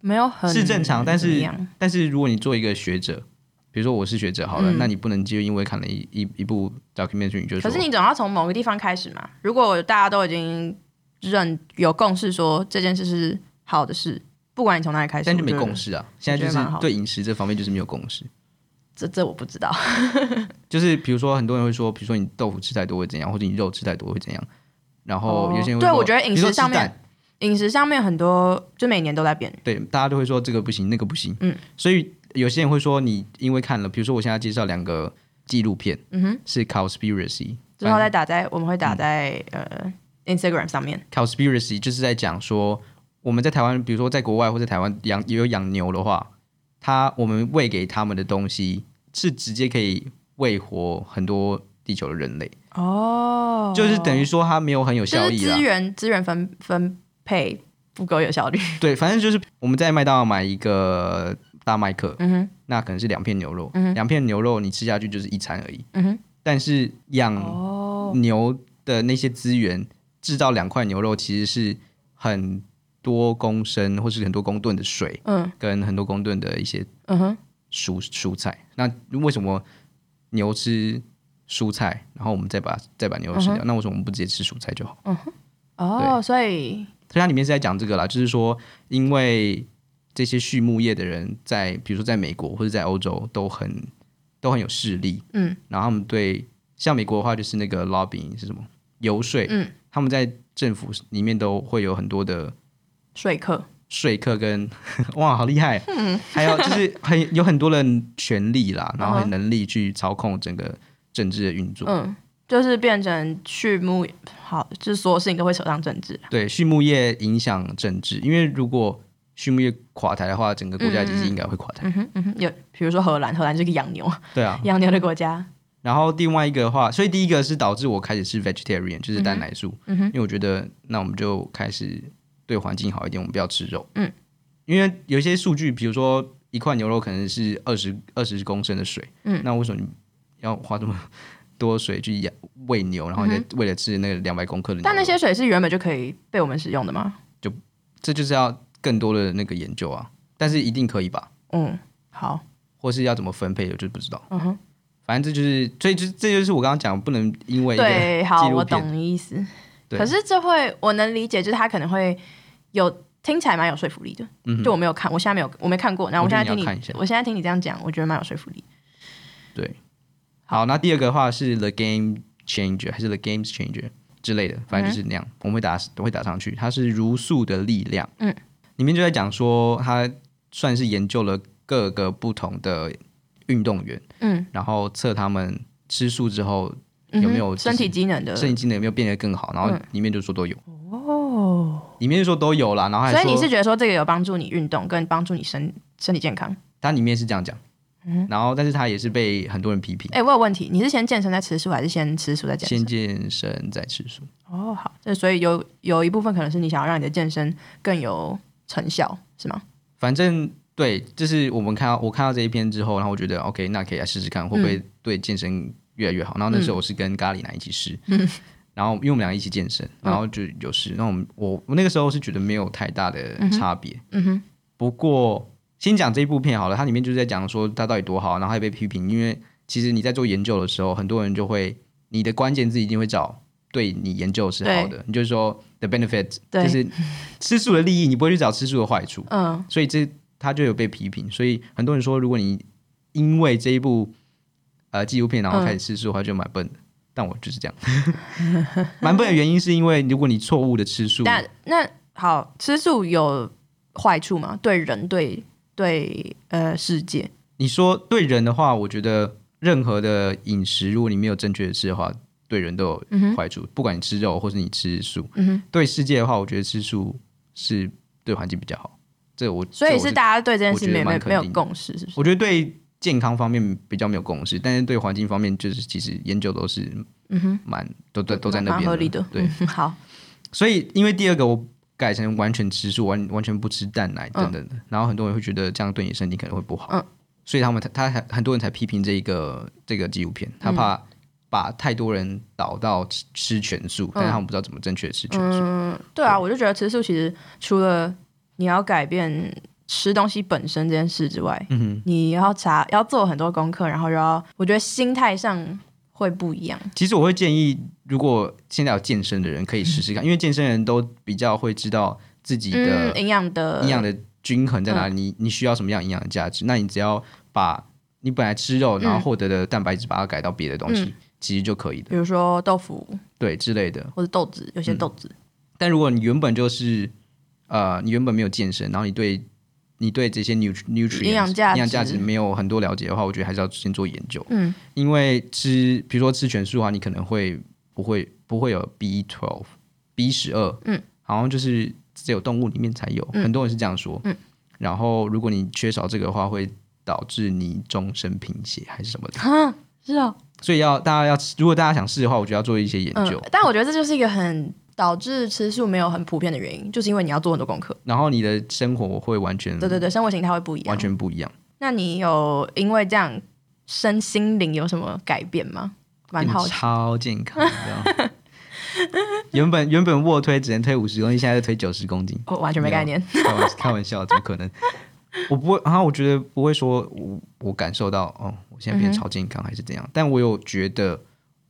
[SPEAKER 2] 没有很
[SPEAKER 1] 是正常但是
[SPEAKER 2] 嗯怎么样
[SPEAKER 1] 但是如果你做一个学者，比如说我是学者好了，那你不能就因为看了一一一部 documentary 你就
[SPEAKER 2] 嗯可
[SPEAKER 1] 说
[SPEAKER 2] 是你总要从某个地方开始嘛。如果大家都已经认有共识说这件事是好的事，不管你从哪里开始，
[SPEAKER 1] 现在就没
[SPEAKER 2] 我觉得
[SPEAKER 1] 共。识啊，现在
[SPEAKER 2] 我
[SPEAKER 1] 就
[SPEAKER 2] 觉得
[SPEAKER 1] 是
[SPEAKER 2] 蛮好
[SPEAKER 1] 对饮食这方面就是没有共识。
[SPEAKER 2] 这这我不知道。 <laughs>
[SPEAKER 1] 就是比如说，很多人会说，比如说你豆腐吃太多会怎样，或者你肉吃太多会怎样。然后
[SPEAKER 2] 哦
[SPEAKER 1] 有些人会
[SPEAKER 2] 对
[SPEAKER 1] 说
[SPEAKER 2] 我觉得饮食
[SPEAKER 1] 比如说
[SPEAKER 2] 上面
[SPEAKER 1] 吃蛋
[SPEAKER 2] 饮食上面很多，就每年都在变。
[SPEAKER 1] 对大家都会说这个不行，那个不行。
[SPEAKER 2] 嗯，
[SPEAKER 1] 所以有些人会说，你因为看了，比如说我现在介绍两个纪录片，
[SPEAKER 2] 嗯哼，
[SPEAKER 1] 是 conspiracy，
[SPEAKER 2] 之后再打在我们会
[SPEAKER 1] 嗯
[SPEAKER 2] 打在、呃 Instagram 上面。
[SPEAKER 1] conspiracy 就是在讲说，我们在台湾，比如说在国外或者台湾养也有养牛的话，它我们喂给他们的东西是直接可以喂活很多地球的人类，
[SPEAKER 2] 哦
[SPEAKER 1] 就是等于说它没有很有
[SPEAKER 2] 就
[SPEAKER 1] 效
[SPEAKER 2] 是
[SPEAKER 1] 益啦啊
[SPEAKER 2] 资。源资源分分配不够有效率。 <laughs>
[SPEAKER 1] 对，反正就是我们在麦当劳买一个大麦克，
[SPEAKER 2] 嗯哼，
[SPEAKER 1] 那可能是两片牛肉，
[SPEAKER 2] 嗯哼
[SPEAKER 1] 两片牛肉你吃下去就是一餐而已。
[SPEAKER 2] 嗯哼，
[SPEAKER 1] 但是养
[SPEAKER 2] 哦，
[SPEAKER 1] 牛的那些资源，制造两块牛肉其实是很多公升或是很多公吨的水，
[SPEAKER 2] 嗯
[SPEAKER 1] 跟很多公吨的一些
[SPEAKER 2] 嗯哼，
[SPEAKER 1] 蔬蔬菜。那为什么牛吃蔬菜，然后我们再把再把牛肉吃
[SPEAKER 2] 嗯
[SPEAKER 1] 掉？那为什么我们不直接吃蔬菜就好？
[SPEAKER 2] 哦，所以
[SPEAKER 1] 所以它里面是在讲这个啦，就是说，因为这些畜牧业的人在，比如说在美国或者在欧洲都很都很有势力，
[SPEAKER 2] 嗯，
[SPEAKER 1] 然后他们对像美国的话，就是那个 lobbying 是什么游说，
[SPEAKER 2] 嗯，
[SPEAKER 1] 他们在政府里面都会有很多的
[SPEAKER 2] 说客，
[SPEAKER 1] 说客跟 <laughs> 哇，好厉害！
[SPEAKER 2] 嗯
[SPEAKER 1] 还有就是很有很多的权利
[SPEAKER 2] <laughs>
[SPEAKER 1] 啦，然后很能力去操控整个政治的运作。
[SPEAKER 2] 嗯，就是变成畜牧，好，就是所有事情都会扯上政治。
[SPEAKER 1] 对，畜牧业影响政治，因为如果畜牧业垮台的话，整个国家经济应该会垮台。
[SPEAKER 2] 嗯哼，嗯哼，有，比如说荷兰，荷兰就是个养牛，
[SPEAKER 1] 对啊，
[SPEAKER 2] 养牛的国家。
[SPEAKER 1] 然后另外一个的话，所以第一个是导致我开始吃 vegetarian，就是
[SPEAKER 2] 嗯
[SPEAKER 1] 蛋奶素，因为我觉得那我们就开始对环境好一点，我们不要吃肉，
[SPEAKER 2] 嗯，
[SPEAKER 1] 因为有一些数据，比如说一块牛肉可能是二十二十公升的水，
[SPEAKER 2] 嗯，
[SPEAKER 1] 那为什么你要花这么多水去养喂牛，然后你再为了吃那个两百公克的牛肉？
[SPEAKER 2] 嗯但那些水是原本就可以被我们使用的吗？
[SPEAKER 1] 这就是要更多的那个研究啊，但是一定可以吧？
[SPEAKER 2] 嗯，好，
[SPEAKER 1] 或是要怎么分配，我就不知道。
[SPEAKER 2] 嗯哼，
[SPEAKER 1] 反正这就是，所以就这就是我刚刚讲，不能因为一个
[SPEAKER 2] 对，好，
[SPEAKER 1] 纪录
[SPEAKER 2] 我
[SPEAKER 1] 片
[SPEAKER 2] 懂你意思。
[SPEAKER 1] 对
[SPEAKER 2] 可是这会，我能理解，就是他可能会有听起来蛮有说服力的。
[SPEAKER 1] 嗯哼
[SPEAKER 2] 就我没有看，我现在没有，我没看过。然
[SPEAKER 1] 我
[SPEAKER 2] 后我
[SPEAKER 1] 觉
[SPEAKER 2] 现
[SPEAKER 1] 得
[SPEAKER 2] 在听
[SPEAKER 1] 你
[SPEAKER 2] 你，
[SPEAKER 1] 要看一下
[SPEAKER 2] 我现在听你这样讲，我觉得蛮有说服力。
[SPEAKER 1] 好，那第二个的话是 The Game Changer 还是 The Games Changer 之类的，反正就是那样，我们会打我会打上去。它是茹素的力量，
[SPEAKER 2] 嗯，
[SPEAKER 1] 里面就在讲说，它算是研究了各个不同的运动员，
[SPEAKER 2] 嗯，
[SPEAKER 1] 然后测他们吃素之后
[SPEAKER 2] 嗯
[SPEAKER 1] 有
[SPEAKER 2] 哼
[SPEAKER 1] 没有
[SPEAKER 2] 身体机能的？嗯
[SPEAKER 1] 身体机能有没有变得更好，然后里面就说都有，
[SPEAKER 2] 哦，
[SPEAKER 1] 里面就说都有啦，然后还
[SPEAKER 2] 所以你
[SPEAKER 1] 说
[SPEAKER 2] 是觉得说这个有帮助你运动，跟帮助你身身体健康？
[SPEAKER 1] 它里面是这样讲，
[SPEAKER 2] 嗯
[SPEAKER 1] 然后但是它也是被很多人批评，
[SPEAKER 2] 哎、我有问题，你是先健身再吃素，还是先吃素再健身？
[SPEAKER 1] 先健身再吃素。
[SPEAKER 2] 哦，好，这所以有有一部分可能是你想要让你的健身更有成效，是吗？
[SPEAKER 1] 反正对，就是我们看到我看到这一篇之后，然后我觉得 OK，那可以来试试看，会不
[SPEAKER 2] 嗯
[SPEAKER 1] 会对健身越来越好。然后那时候我是跟咖喱奶一起试，
[SPEAKER 2] 嗯
[SPEAKER 1] 然后因为我们俩一起健身，然后就有试。那我们我我那个时候是觉得没有太大的差别，
[SPEAKER 2] 嗯哼，
[SPEAKER 1] 不过先讲这一部片好了，它里面就是在讲说它到底多好，然后还被批评，因为其实你在做研究的时候，很多人就会你的关键字一定会找对你研究是好的，你就是说 the benefit，
[SPEAKER 2] 对
[SPEAKER 1] 就是吃素的利益，你不会去找吃素的坏处。
[SPEAKER 2] 嗯，
[SPEAKER 1] 所以这他就有被批评。所以很多人说，如果你因为这一部呃纪录片然后开始吃素的话，就蛮笨的。但我就是这样， <laughs> 蛮笨的原因是因为如果你错误的吃素，
[SPEAKER 2] 但那好，吃素有坏处吗？对人，对对，呃，世界，
[SPEAKER 1] 你说对人的话，我觉得任何的饮食，如果你没有正确的吃的话，对人都
[SPEAKER 2] 嗯
[SPEAKER 1] 有坏处，不管你吃肉或是你吃素。对世界的话，我觉得吃素是对环境比较好。这我
[SPEAKER 2] 所
[SPEAKER 1] 这
[SPEAKER 2] 以
[SPEAKER 1] 我
[SPEAKER 2] 是大家对这件
[SPEAKER 1] 我
[SPEAKER 2] 事
[SPEAKER 1] 觉得
[SPEAKER 2] 没有没
[SPEAKER 1] 蛮
[SPEAKER 2] 有
[SPEAKER 1] 肯
[SPEAKER 2] 没有
[SPEAKER 1] 定的
[SPEAKER 2] 共识，是不是？
[SPEAKER 1] 我觉得对健康方面比较没有共识，但是对环境方面，就是其实研究都是蛮都都都在那
[SPEAKER 2] 蛮
[SPEAKER 1] 边
[SPEAKER 2] 合
[SPEAKER 1] 的
[SPEAKER 2] 理的。
[SPEAKER 1] 对，
[SPEAKER 2] 嗯好，
[SPEAKER 1] 所以因为第二个我改成完全吃素，完完全不吃蛋奶等等的，然后很多人会觉得这样对你身体可能会不好，
[SPEAKER 2] 嗯
[SPEAKER 1] 所以他们才他很很多人才批评这个这个纪录
[SPEAKER 2] 嗯
[SPEAKER 1] 片，他怕把太多人导到吃吃全素，但是他们不知道怎么正确地吃全素。
[SPEAKER 2] 嗯，对啊，我就觉得吃素其实除了你要改变吃东西本身这件事之外，嗯、你要查要做很多功课，然后又要我觉得心态上会不一样。
[SPEAKER 1] 其实我会建议，如果现在有健身的人可以试试看，因为健身人都比较会知道自己的、
[SPEAKER 2] 嗯嗯，营养的
[SPEAKER 1] 营养的均衡在哪里，你你需要什么样营养的价值，那你只要把你本来吃肉，然后获得的蛋白质把它改到别的东西，其实就可以的，
[SPEAKER 2] 比如说豆腐
[SPEAKER 1] 对之类的。
[SPEAKER 2] 或者豆子，有
[SPEAKER 1] 嗯
[SPEAKER 2] 些豆子，
[SPEAKER 1] 但如果你原本就是呃，你原本没有健身，然后你对你对这些 nut nutrient
[SPEAKER 2] 营养价值
[SPEAKER 1] 营养价值没有很多了解的话，我觉得还是要先做研究，
[SPEAKER 2] 嗯，
[SPEAKER 1] 因为吃比如说吃全素的话，你可能会不会不会有 B twelve、B 十二，
[SPEAKER 2] 嗯，
[SPEAKER 1] 好像就是只有动物里面才有，很多人是这样说，嗯。然后如果你缺少这个的话，会导致你终身贫血还是什么的，
[SPEAKER 2] 哈，是哦，
[SPEAKER 1] 所以要大家要如果大家想试的话，我觉得要做一些研
[SPEAKER 2] 嗯
[SPEAKER 1] 究，，
[SPEAKER 2] 但我觉得这就是一个很导致吃素没有很普遍的原因，就是因为你要做很多功课。
[SPEAKER 1] 然后你的生活会完全
[SPEAKER 2] 对对对，生活形态会不一样。
[SPEAKER 1] 嗯完全不一样。
[SPEAKER 2] 那你有因为这样身心灵有什么改变吗？蛮好
[SPEAKER 1] 变得
[SPEAKER 2] 奇。
[SPEAKER 1] 超健康的。 <laughs> 原本原本卧推只能推五十公斤，现在在推九十公斤，
[SPEAKER 2] 我完全没概念。
[SPEAKER 1] 开玩开玩笑，怎么 <laughs> 可能？我不会，然、后我觉得不会说我我感受到哦，我现在变
[SPEAKER 2] 嗯
[SPEAKER 1] 得
[SPEAKER 2] 哼
[SPEAKER 1] 超健康还是怎样，但我有觉得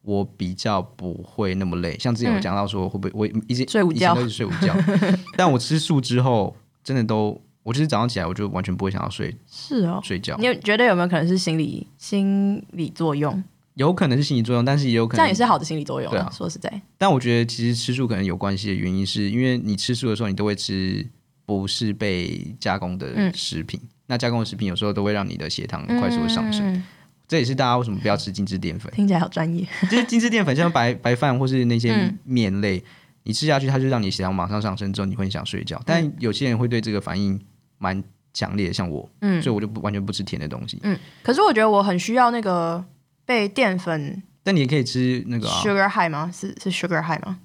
[SPEAKER 1] 我比较不会那么累，像之前有
[SPEAKER 2] 嗯
[SPEAKER 1] 讲到说会不会我一直
[SPEAKER 2] 睡午
[SPEAKER 1] 以前
[SPEAKER 2] 觉
[SPEAKER 1] 都是睡午觉， <laughs> 但我吃素之后真的都，我就是早上起来我就完全不会想要睡
[SPEAKER 2] 是哦，
[SPEAKER 1] 睡觉
[SPEAKER 2] 你，有觉得有没有可能是心理心理作用？
[SPEAKER 1] 有可能是心理作用，但是也有可
[SPEAKER 2] 这
[SPEAKER 1] 能
[SPEAKER 2] 样也是好的心理作用
[SPEAKER 1] 对啊
[SPEAKER 2] 说实在，
[SPEAKER 1] 但我觉得其实吃素可能有关系的原因，是因为你吃素的时候，你都会吃不是被加工的
[SPEAKER 2] 嗯
[SPEAKER 1] 食品。那加工的食品有时候都会让你的血糖快速的上升，
[SPEAKER 2] 嗯。
[SPEAKER 1] 这也是大家为什么不要吃精致淀粉
[SPEAKER 2] 听起来好专业。
[SPEAKER 1] 就是精致淀粉，像白白饭或是那些
[SPEAKER 2] 嗯
[SPEAKER 1] 面类，你吃下去，它就让你血糖马上上升，之后你会很想睡觉。但
[SPEAKER 2] 嗯
[SPEAKER 1] 有些人会对这个反应蛮强烈的，像我，
[SPEAKER 2] 嗯
[SPEAKER 1] 所以我就不完全不吃甜的东西。
[SPEAKER 2] 嗯，可是我觉得我很需要那个被淀粉
[SPEAKER 1] 但你也可以吃那个、啊，
[SPEAKER 2] sugar high 吗？是是 sugar high 吗？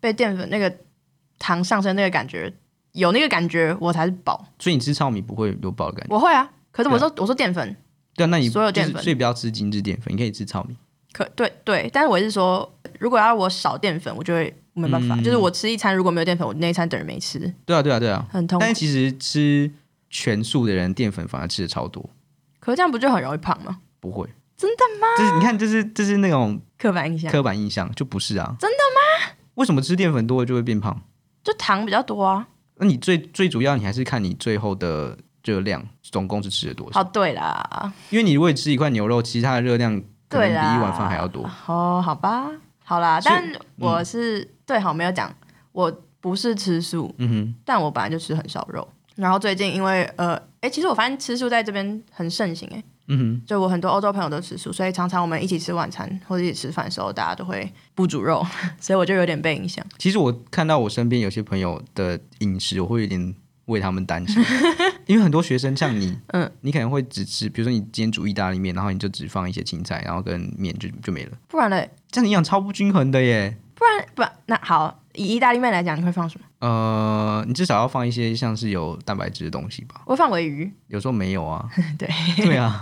[SPEAKER 2] 被淀粉那个糖上升那个感觉，有那个感觉我才是饱。
[SPEAKER 1] 所以你吃糙米不会有饱的感觉。
[SPEAKER 2] 我会啊，可是我
[SPEAKER 1] 对
[SPEAKER 2] 说我说淀粉，
[SPEAKER 1] 对啊，那你
[SPEAKER 2] 所有
[SPEAKER 1] 就是
[SPEAKER 2] 淀粉
[SPEAKER 1] 所以不要吃精致淀粉，你可以吃糙米。
[SPEAKER 2] 可对对，但是我是说，如果要我少淀粉，我就会没办法，
[SPEAKER 1] 嗯
[SPEAKER 2] 就是我吃一餐如果没有淀粉，我那一餐等于没吃，
[SPEAKER 1] 对啊，对啊，对啊。
[SPEAKER 2] 很痛苦
[SPEAKER 1] 但。其实吃全素的人，淀粉反而吃的超多，
[SPEAKER 2] 可是这样不就很容易胖吗？
[SPEAKER 1] 不会。真的吗？就是你看，这是这是那种
[SPEAKER 2] 刻板印象，
[SPEAKER 1] 刻板印象，就不是啊。真的吗？为什么吃淀粉多了就会变胖？
[SPEAKER 2] 就糖比较多啊。
[SPEAKER 1] 那你最最主要，你还是看你最后的热量总共是吃了多少。
[SPEAKER 2] 哦，对啦，
[SPEAKER 1] 因为你如果吃一块牛肉，其实它的热量可能
[SPEAKER 2] 对
[SPEAKER 1] 比
[SPEAKER 2] 啦，
[SPEAKER 1] 一碗饭还要多。。
[SPEAKER 2] 哦，好吧，好啦，
[SPEAKER 1] 所以
[SPEAKER 2] 但我是、对，好没有讲，我不是吃素，
[SPEAKER 1] 嗯哼，
[SPEAKER 2] 但我本来就吃很少肉。然后最近因为呃，哎，其实我发现吃素在这边很盛行，哎，
[SPEAKER 1] 嗯哼，
[SPEAKER 2] 就我很多欧洲朋友都吃素，所以常常我们一起吃晚餐或者一起吃饭的时候，大家都会不煮肉， <laughs> 所以我就有点被影响。
[SPEAKER 1] 其实我看到我身边有些朋友的饮食，我会有点为他们
[SPEAKER 2] <laughs>
[SPEAKER 1] 担心，因为很多学生像你，嗯
[SPEAKER 2] 嗯，
[SPEAKER 1] 你可能会只吃，比如说你今天煮意大利面，然后你就只放一些青菜，然后跟面就就没了，
[SPEAKER 2] 不然嘞，
[SPEAKER 1] 这样营养超不均衡的耶。
[SPEAKER 2] 不那好，以意大利面来讲，你会放什么？
[SPEAKER 1] 呃，你至少要放一些像是有蛋白质的东西吧？
[SPEAKER 2] 我会放尾鱼，
[SPEAKER 1] 有时候没有啊，
[SPEAKER 2] <laughs> 对，
[SPEAKER 1] 对啊，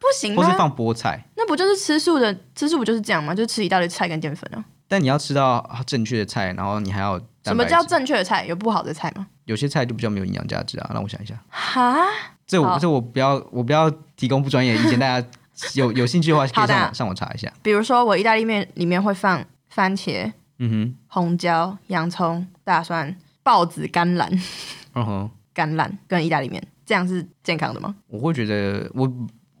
[SPEAKER 2] 不行
[SPEAKER 1] 或是
[SPEAKER 2] 吗？
[SPEAKER 1] 放菠菜，
[SPEAKER 2] 那不就是吃素的？吃素不就是这样吗？就吃一大堆菜跟淀粉啊。
[SPEAKER 1] 但你要吃到正确的菜，然后你还要
[SPEAKER 2] 什
[SPEAKER 1] 蛋白
[SPEAKER 2] 么
[SPEAKER 1] 质
[SPEAKER 2] 叫正确的菜？有不好的菜
[SPEAKER 1] <laughs>
[SPEAKER 2] 吗？
[SPEAKER 1] 有些菜就比较没有营养价值啊。让我想一下，
[SPEAKER 2] 哈，
[SPEAKER 1] 这我
[SPEAKER 2] 好
[SPEAKER 1] 这我不要我不要提供不专业
[SPEAKER 2] <laughs>
[SPEAKER 1] 的意见，大家有有兴趣的话可
[SPEAKER 2] 好
[SPEAKER 1] 以
[SPEAKER 2] 的
[SPEAKER 1] 上网上网查一下。
[SPEAKER 2] 比如说我意大利面里面会放番茄、
[SPEAKER 1] 嗯哼。
[SPEAKER 2] 红椒、洋葱、大蒜、豹子、甘蓝、
[SPEAKER 1] 嗯哼，
[SPEAKER 2] 甘蓝跟意大利面，这样是健康的吗？
[SPEAKER 1] 我会觉得我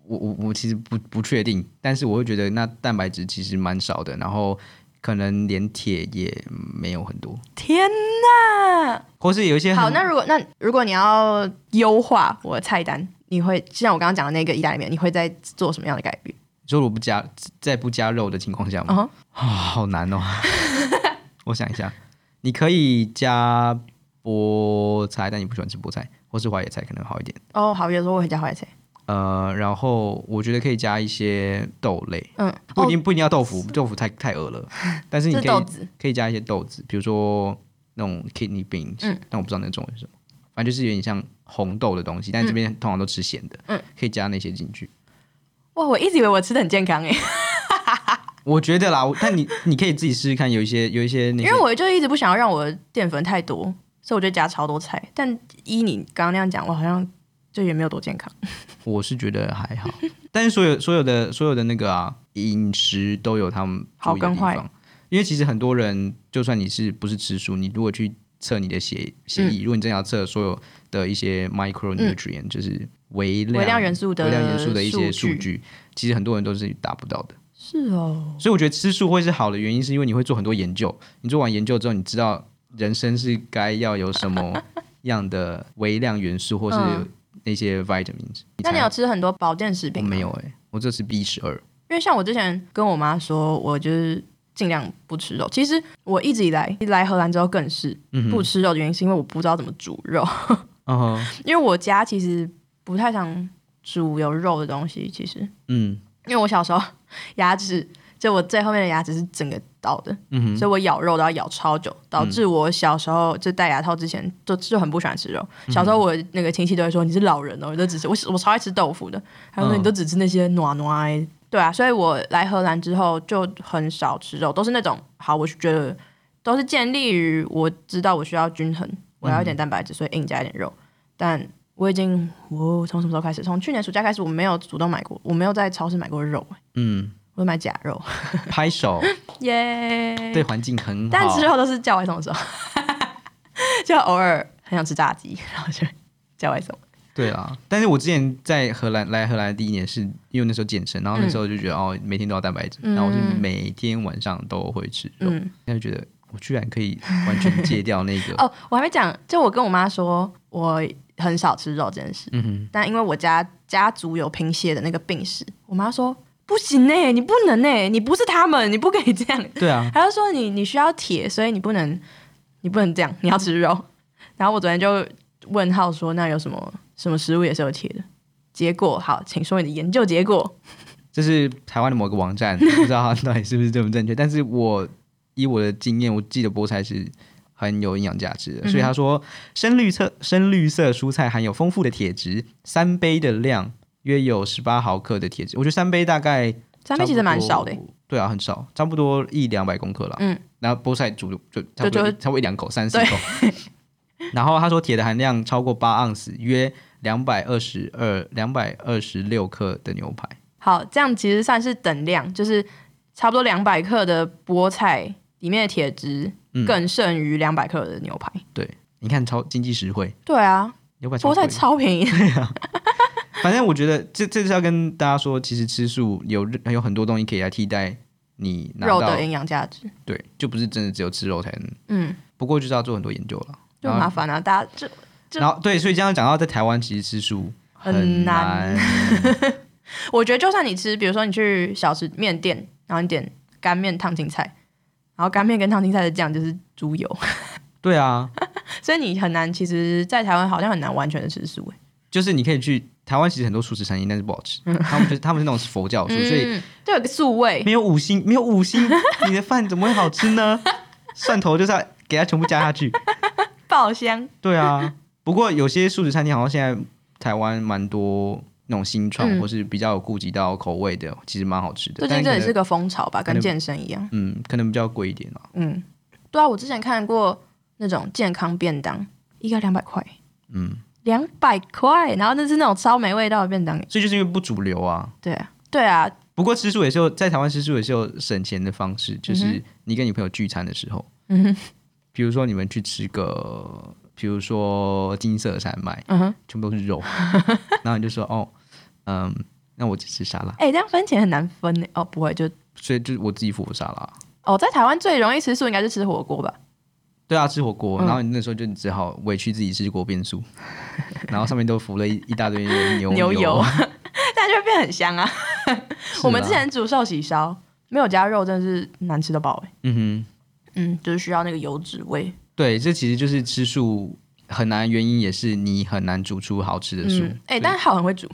[SPEAKER 1] 我我我其实不不确定，但是我会觉得那蛋白质其实蛮少的，然后可能连铁也没有很多，
[SPEAKER 2] 天哪！
[SPEAKER 1] 或是有一些很
[SPEAKER 2] <laughs> 好，那如果那如果你要优化我的菜单，你会就像我刚刚讲的那个意大利面，你会在做什么样的改变？
[SPEAKER 1] 就我不加在不加肉的情况下吗？
[SPEAKER 2] 嗯
[SPEAKER 1] 啊、
[SPEAKER 2] 哼
[SPEAKER 1] 好难
[SPEAKER 2] <laughs>
[SPEAKER 1] 哦，我想一下，你可以加菠菜，但你不喜欢吃菠菜，或是花椰菜可能好一点。
[SPEAKER 2] 哦，好，有时候我会加花椰菜，
[SPEAKER 1] 呃，然后我觉得可以加一些豆类，
[SPEAKER 2] 嗯，
[SPEAKER 1] 不一
[SPEAKER 2] 哦，
[SPEAKER 1] 定、不一定要豆腐，豆腐太太饿
[SPEAKER 2] <laughs>
[SPEAKER 1] 了，但是你
[SPEAKER 2] 这
[SPEAKER 1] 可以
[SPEAKER 2] 豆子，
[SPEAKER 1] 可以加一些豆子，比如说那种 kidney beans，、
[SPEAKER 2] 嗯
[SPEAKER 1] 但我不知道那种是什么，反正就是有点像红豆的东西，但这边通常都吃咸的，
[SPEAKER 2] 嗯
[SPEAKER 1] 可以加那些进去。
[SPEAKER 2] 哇，我一直以为我吃的很健 <laughs> 康诶，欸
[SPEAKER 1] 我觉得啦，我但你你可以自己试试看，有一些有一些那
[SPEAKER 2] 因
[SPEAKER 1] 些
[SPEAKER 2] 为我就一直不想要让我的淀粉太多，所以我就加超多菜。但依你刚刚那样讲，我好像就也没有多健康。
[SPEAKER 1] 我是觉得还好， <laughs> 但是所有所有的所有的那个啊饮食都有他们
[SPEAKER 2] 好
[SPEAKER 1] 注意的地
[SPEAKER 2] 跟坏
[SPEAKER 1] 方，因为其实很多人就算你是不是吃素，你如果去测你的血血
[SPEAKER 2] 嗯
[SPEAKER 1] 液，如果你真的要测所有的一些 micronutrient，、就是微量
[SPEAKER 2] 微量元素的
[SPEAKER 1] 微量元素的一些
[SPEAKER 2] 数
[SPEAKER 1] 数据，其实很多人都是达不到的。
[SPEAKER 2] 是哦，
[SPEAKER 1] 所以我觉得吃素会是好的原因，是因为你会做很多研究。你做完研究之后，你知道人生是该要有什
[SPEAKER 2] <laughs>
[SPEAKER 1] 么样的微量元素，或是
[SPEAKER 2] 嗯
[SPEAKER 1] 那些 vitamins。
[SPEAKER 2] 那你
[SPEAKER 1] 才
[SPEAKER 2] 有吃很多保健食
[SPEAKER 1] 我
[SPEAKER 2] 品吗？
[SPEAKER 1] 没有哎、我这是 B 十二。
[SPEAKER 2] 因为像我之前跟我妈说，我就是尽量不吃肉。其实我一直以来来荷兰之后更是不吃肉的原因，是因为我不知道怎么煮肉。 <laughs>
[SPEAKER 1] 嗯哼，
[SPEAKER 2] 因为我家其实不太常煮有肉的东西，其实
[SPEAKER 1] 嗯，
[SPEAKER 2] 因为我小时候 <laughs> 牙齿就我最后面的牙齿是整个倒的，
[SPEAKER 1] 嗯哼，嗯
[SPEAKER 2] 所以我咬肉都要咬超久，导致我小时候就戴牙套之前就就很不喜欢吃肉。
[SPEAKER 1] 嗯
[SPEAKER 2] 小时候我那个亲戚都会说你是老人哦，你都只吃我我超爱吃豆腐的，还有说
[SPEAKER 1] 嗯
[SPEAKER 2] 你都只吃那些暖暖、欸。对啊，所以我来荷兰之后就很少吃肉，都是那种好，我觉得都是建立于我知道我需要均衡，我要
[SPEAKER 1] 嗯
[SPEAKER 2] 一点蛋白质，所以硬加一点肉。但我已经我从什么时候开始？从去年暑假开始，我没有主动买过，我没有在超市买过肉、欸
[SPEAKER 1] 嗯，
[SPEAKER 2] 我都买假肉，
[SPEAKER 1] <laughs> 拍 <laughs> 手
[SPEAKER 2] 耶、
[SPEAKER 1] 对环境很好，
[SPEAKER 2] 但之后都是叫外送的时候， <laughs> 就偶尔很想吃炸鸡，然后就叫外送。
[SPEAKER 1] 对啊，但是我之前在荷兰来荷兰的第一年是因为那时候健身，然后那时候就觉得、哦，每天都要蛋白质，然后我是每天晚上都会吃肉，
[SPEAKER 2] 嗯，，
[SPEAKER 1] 现在就觉得我居然可以完全戒掉那 <laughs> 个
[SPEAKER 2] 哦，我还没讲，就我跟我妈说，我很少吃肉这件事，
[SPEAKER 1] 嗯哼，
[SPEAKER 2] 但因为我家家族有贫血的那个病史，我妈说不行呢、欸你不能呢、你不是他们，你不可以这样。
[SPEAKER 1] 对啊，
[SPEAKER 2] 还要说你你需要铁，所以你不能你不能这样，你要吃肉。 <laughs> 然后我昨天就问浩说，那有什么什么食物也是有铁的？结果好，请说你的研究结果。
[SPEAKER 1] 这是台湾的某个网站， <laughs> 不知道它到底是不是这么正确，但是我以我的经验，我记得菠菜是。很有营养价值
[SPEAKER 2] 嗯
[SPEAKER 1] 的，所以他说，深绿色深绿色蔬菜含有丰富的铁质，三杯的量约有十八毫克的铁质。我觉得三杯大概
[SPEAKER 2] 三杯其实蛮少的、
[SPEAKER 1] 差不多。对啊，很少，差不多一两百公克啦。
[SPEAKER 2] 嗯，
[SPEAKER 1] 然后菠菜煮就差不
[SPEAKER 2] 就
[SPEAKER 1] 多
[SPEAKER 2] 就
[SPEAKER 1] 一差不多一两口，三四
[SPEAKER 2] 对
[SPEAKER 1] 口。 <laughs> 然后他说铁的含量超过八盎司，约两百二十二、两百二十六克的牛排。
[SPEAKER 2] 好，这样其实算是等量，就是差不多两百克的菠菜里面的铁质
[SPEAKER 1] 嗯
[SPEAKER 2] 更胜于两百克的牛排。
[SPEAKER 1] 对，你看超经济实惠，
[SPEAKER 2] 对啊，
[SPEAKER 1] 牛排超
[SPEAKER 2] 菠菜
[SPEAKER 1] 贵。
[SPEAKER 2] 超便宜。
[SPEAKER 1] 反正我觉得这这是要跟大家说，其实吃素有有很多东西可以来替代你 <laughs> 拿
[SPEAKER 2] 肉
[SPEAKER 1] 到
[SPEAKER 2] 的营养价值，
[SPEAKER 1] 对，就不是真的只有吃肉才能。
[SPEAKER 2] 嗯，
[SPEAKER 1] 不过就是要做很多研究了。
[SPEAKER 2] 就
[SPEAKER 1] 然后
[SPEAKER 2] 麻烦啊，大家就就
[SPEAKER 1] 然后对，所以这样讲到在台湾其实吃素
[SPEAKER 2] 很难
[SPEAKER 1] 难。
[SPEAKER 2] 我觉得就算你吃，比如说你去小吃面店，然后你点干面烫青菜，然后干面跟烫青菜的酱就是猪油， <laughs>
[SPEAKER 1] 对啊，
[SPEAKER 2] 所以你很难，其实，在台湾好像很难完全的吃素、欸。
[SPEAKER 1] 就是你可以去台湾，其实很多素食餐厅，但是不好吃。他们就是他们是那种是佛教素，哦所以
[SPEAKER 2] 嗯，就有个素味，
[SPEAKER 1] 没有五星，没有五星，你的饭怎么会好吃呢？蒜头就是要给它全部加下去。
[SPEAKER 2] 爆香。
[SPEAKER 1] 对啊，不过有些素食餐厅好像现在台湾蛮多那种新创、
[SPEAKER 2] 嗯
[SPEAKER 1] 或是比较有顾及到口味的，其实蛮好吃的。
[SPEAKER 2] 最
[SPEAKER 1] 但
[SPEAKER 2] 近这也
[SPEAKER 1] 可
[SPEAKER 2] 是
[SPEAKER 1] 能
[SPEAKER 2] 个风潮吧，
[SPEAKER 1] 可
[SPEAKER 2] 跟
[SPEAKER 1] 能
[SPEAKER 2] 健身一样。
[SPEAKER 1] 嗯，可能比较贵一点啊。
[SPEAKER 2] 嗯，对啊，我之前看过那种健康便当，一个两百块，
[SPEAKER 1] 嗯，
[SPEAKER 2] 两百块，然后那是那种超没味道的便当。
[SPEAKER 1] 所以就是因为不主流啊。
[SPEAKER 2] 对啊，对啊，
[SPEAKER 1] 不过吃素也是有在台湾吃素也是有省钱的方式，就是你跟你朋友聚餐的时候，
[SPEAKER 2] 嗯哼，
[SPEAKER 1] 比如说你们去吃个，比如说金色山脉，
[SPEAKER 2] 嗯哼，
[SPEAKER 1] 全部都
[SPEAKER 2] <laughs>
[SPEAKER 1] 是肉，然后你就说哦，嗯，那我只吃沙拉，
[SPEAKER 2] 哎、这样分钱很难分呢。哦，不会，就
[SPEAKER 1] 所以就是我自己付我沙拉。
[SPEAKER 2] 哦，在台湾最容易吃素应该是吃火锅吧？ <laughs>
[SPEAKER 1] 对啊，吃火锅，
[SPEAKER 2] 嗯
[SPEAKER 1] 然后你那时候就只好委屈自己吃锅边素， <laughs> 然后上面都浮了一一大堆牛
[SPEAKER 2] 牛
[SPEAKER 1] 油 <laughs>
[SPEAKER 2] 油，但就会变很香啊。
[SPEAKER 1] 是
[SPEAKER 2] 我们
[SPEAKER 1] 啦
[SPEAKER 2] 之，前煮寿喜烧没有加肉，真的是难吃到爆哎。
[SPEAKER 1] 嗯
[SPEAKER 2] 嗯，就是需要那个油脂味。
[SPEAKER 1] 哼，对，这其实就是吃素很难，原因也是你很难煮出好吃的素。
[SPEAKER 2] 嗯，哎、但是浩很会煮，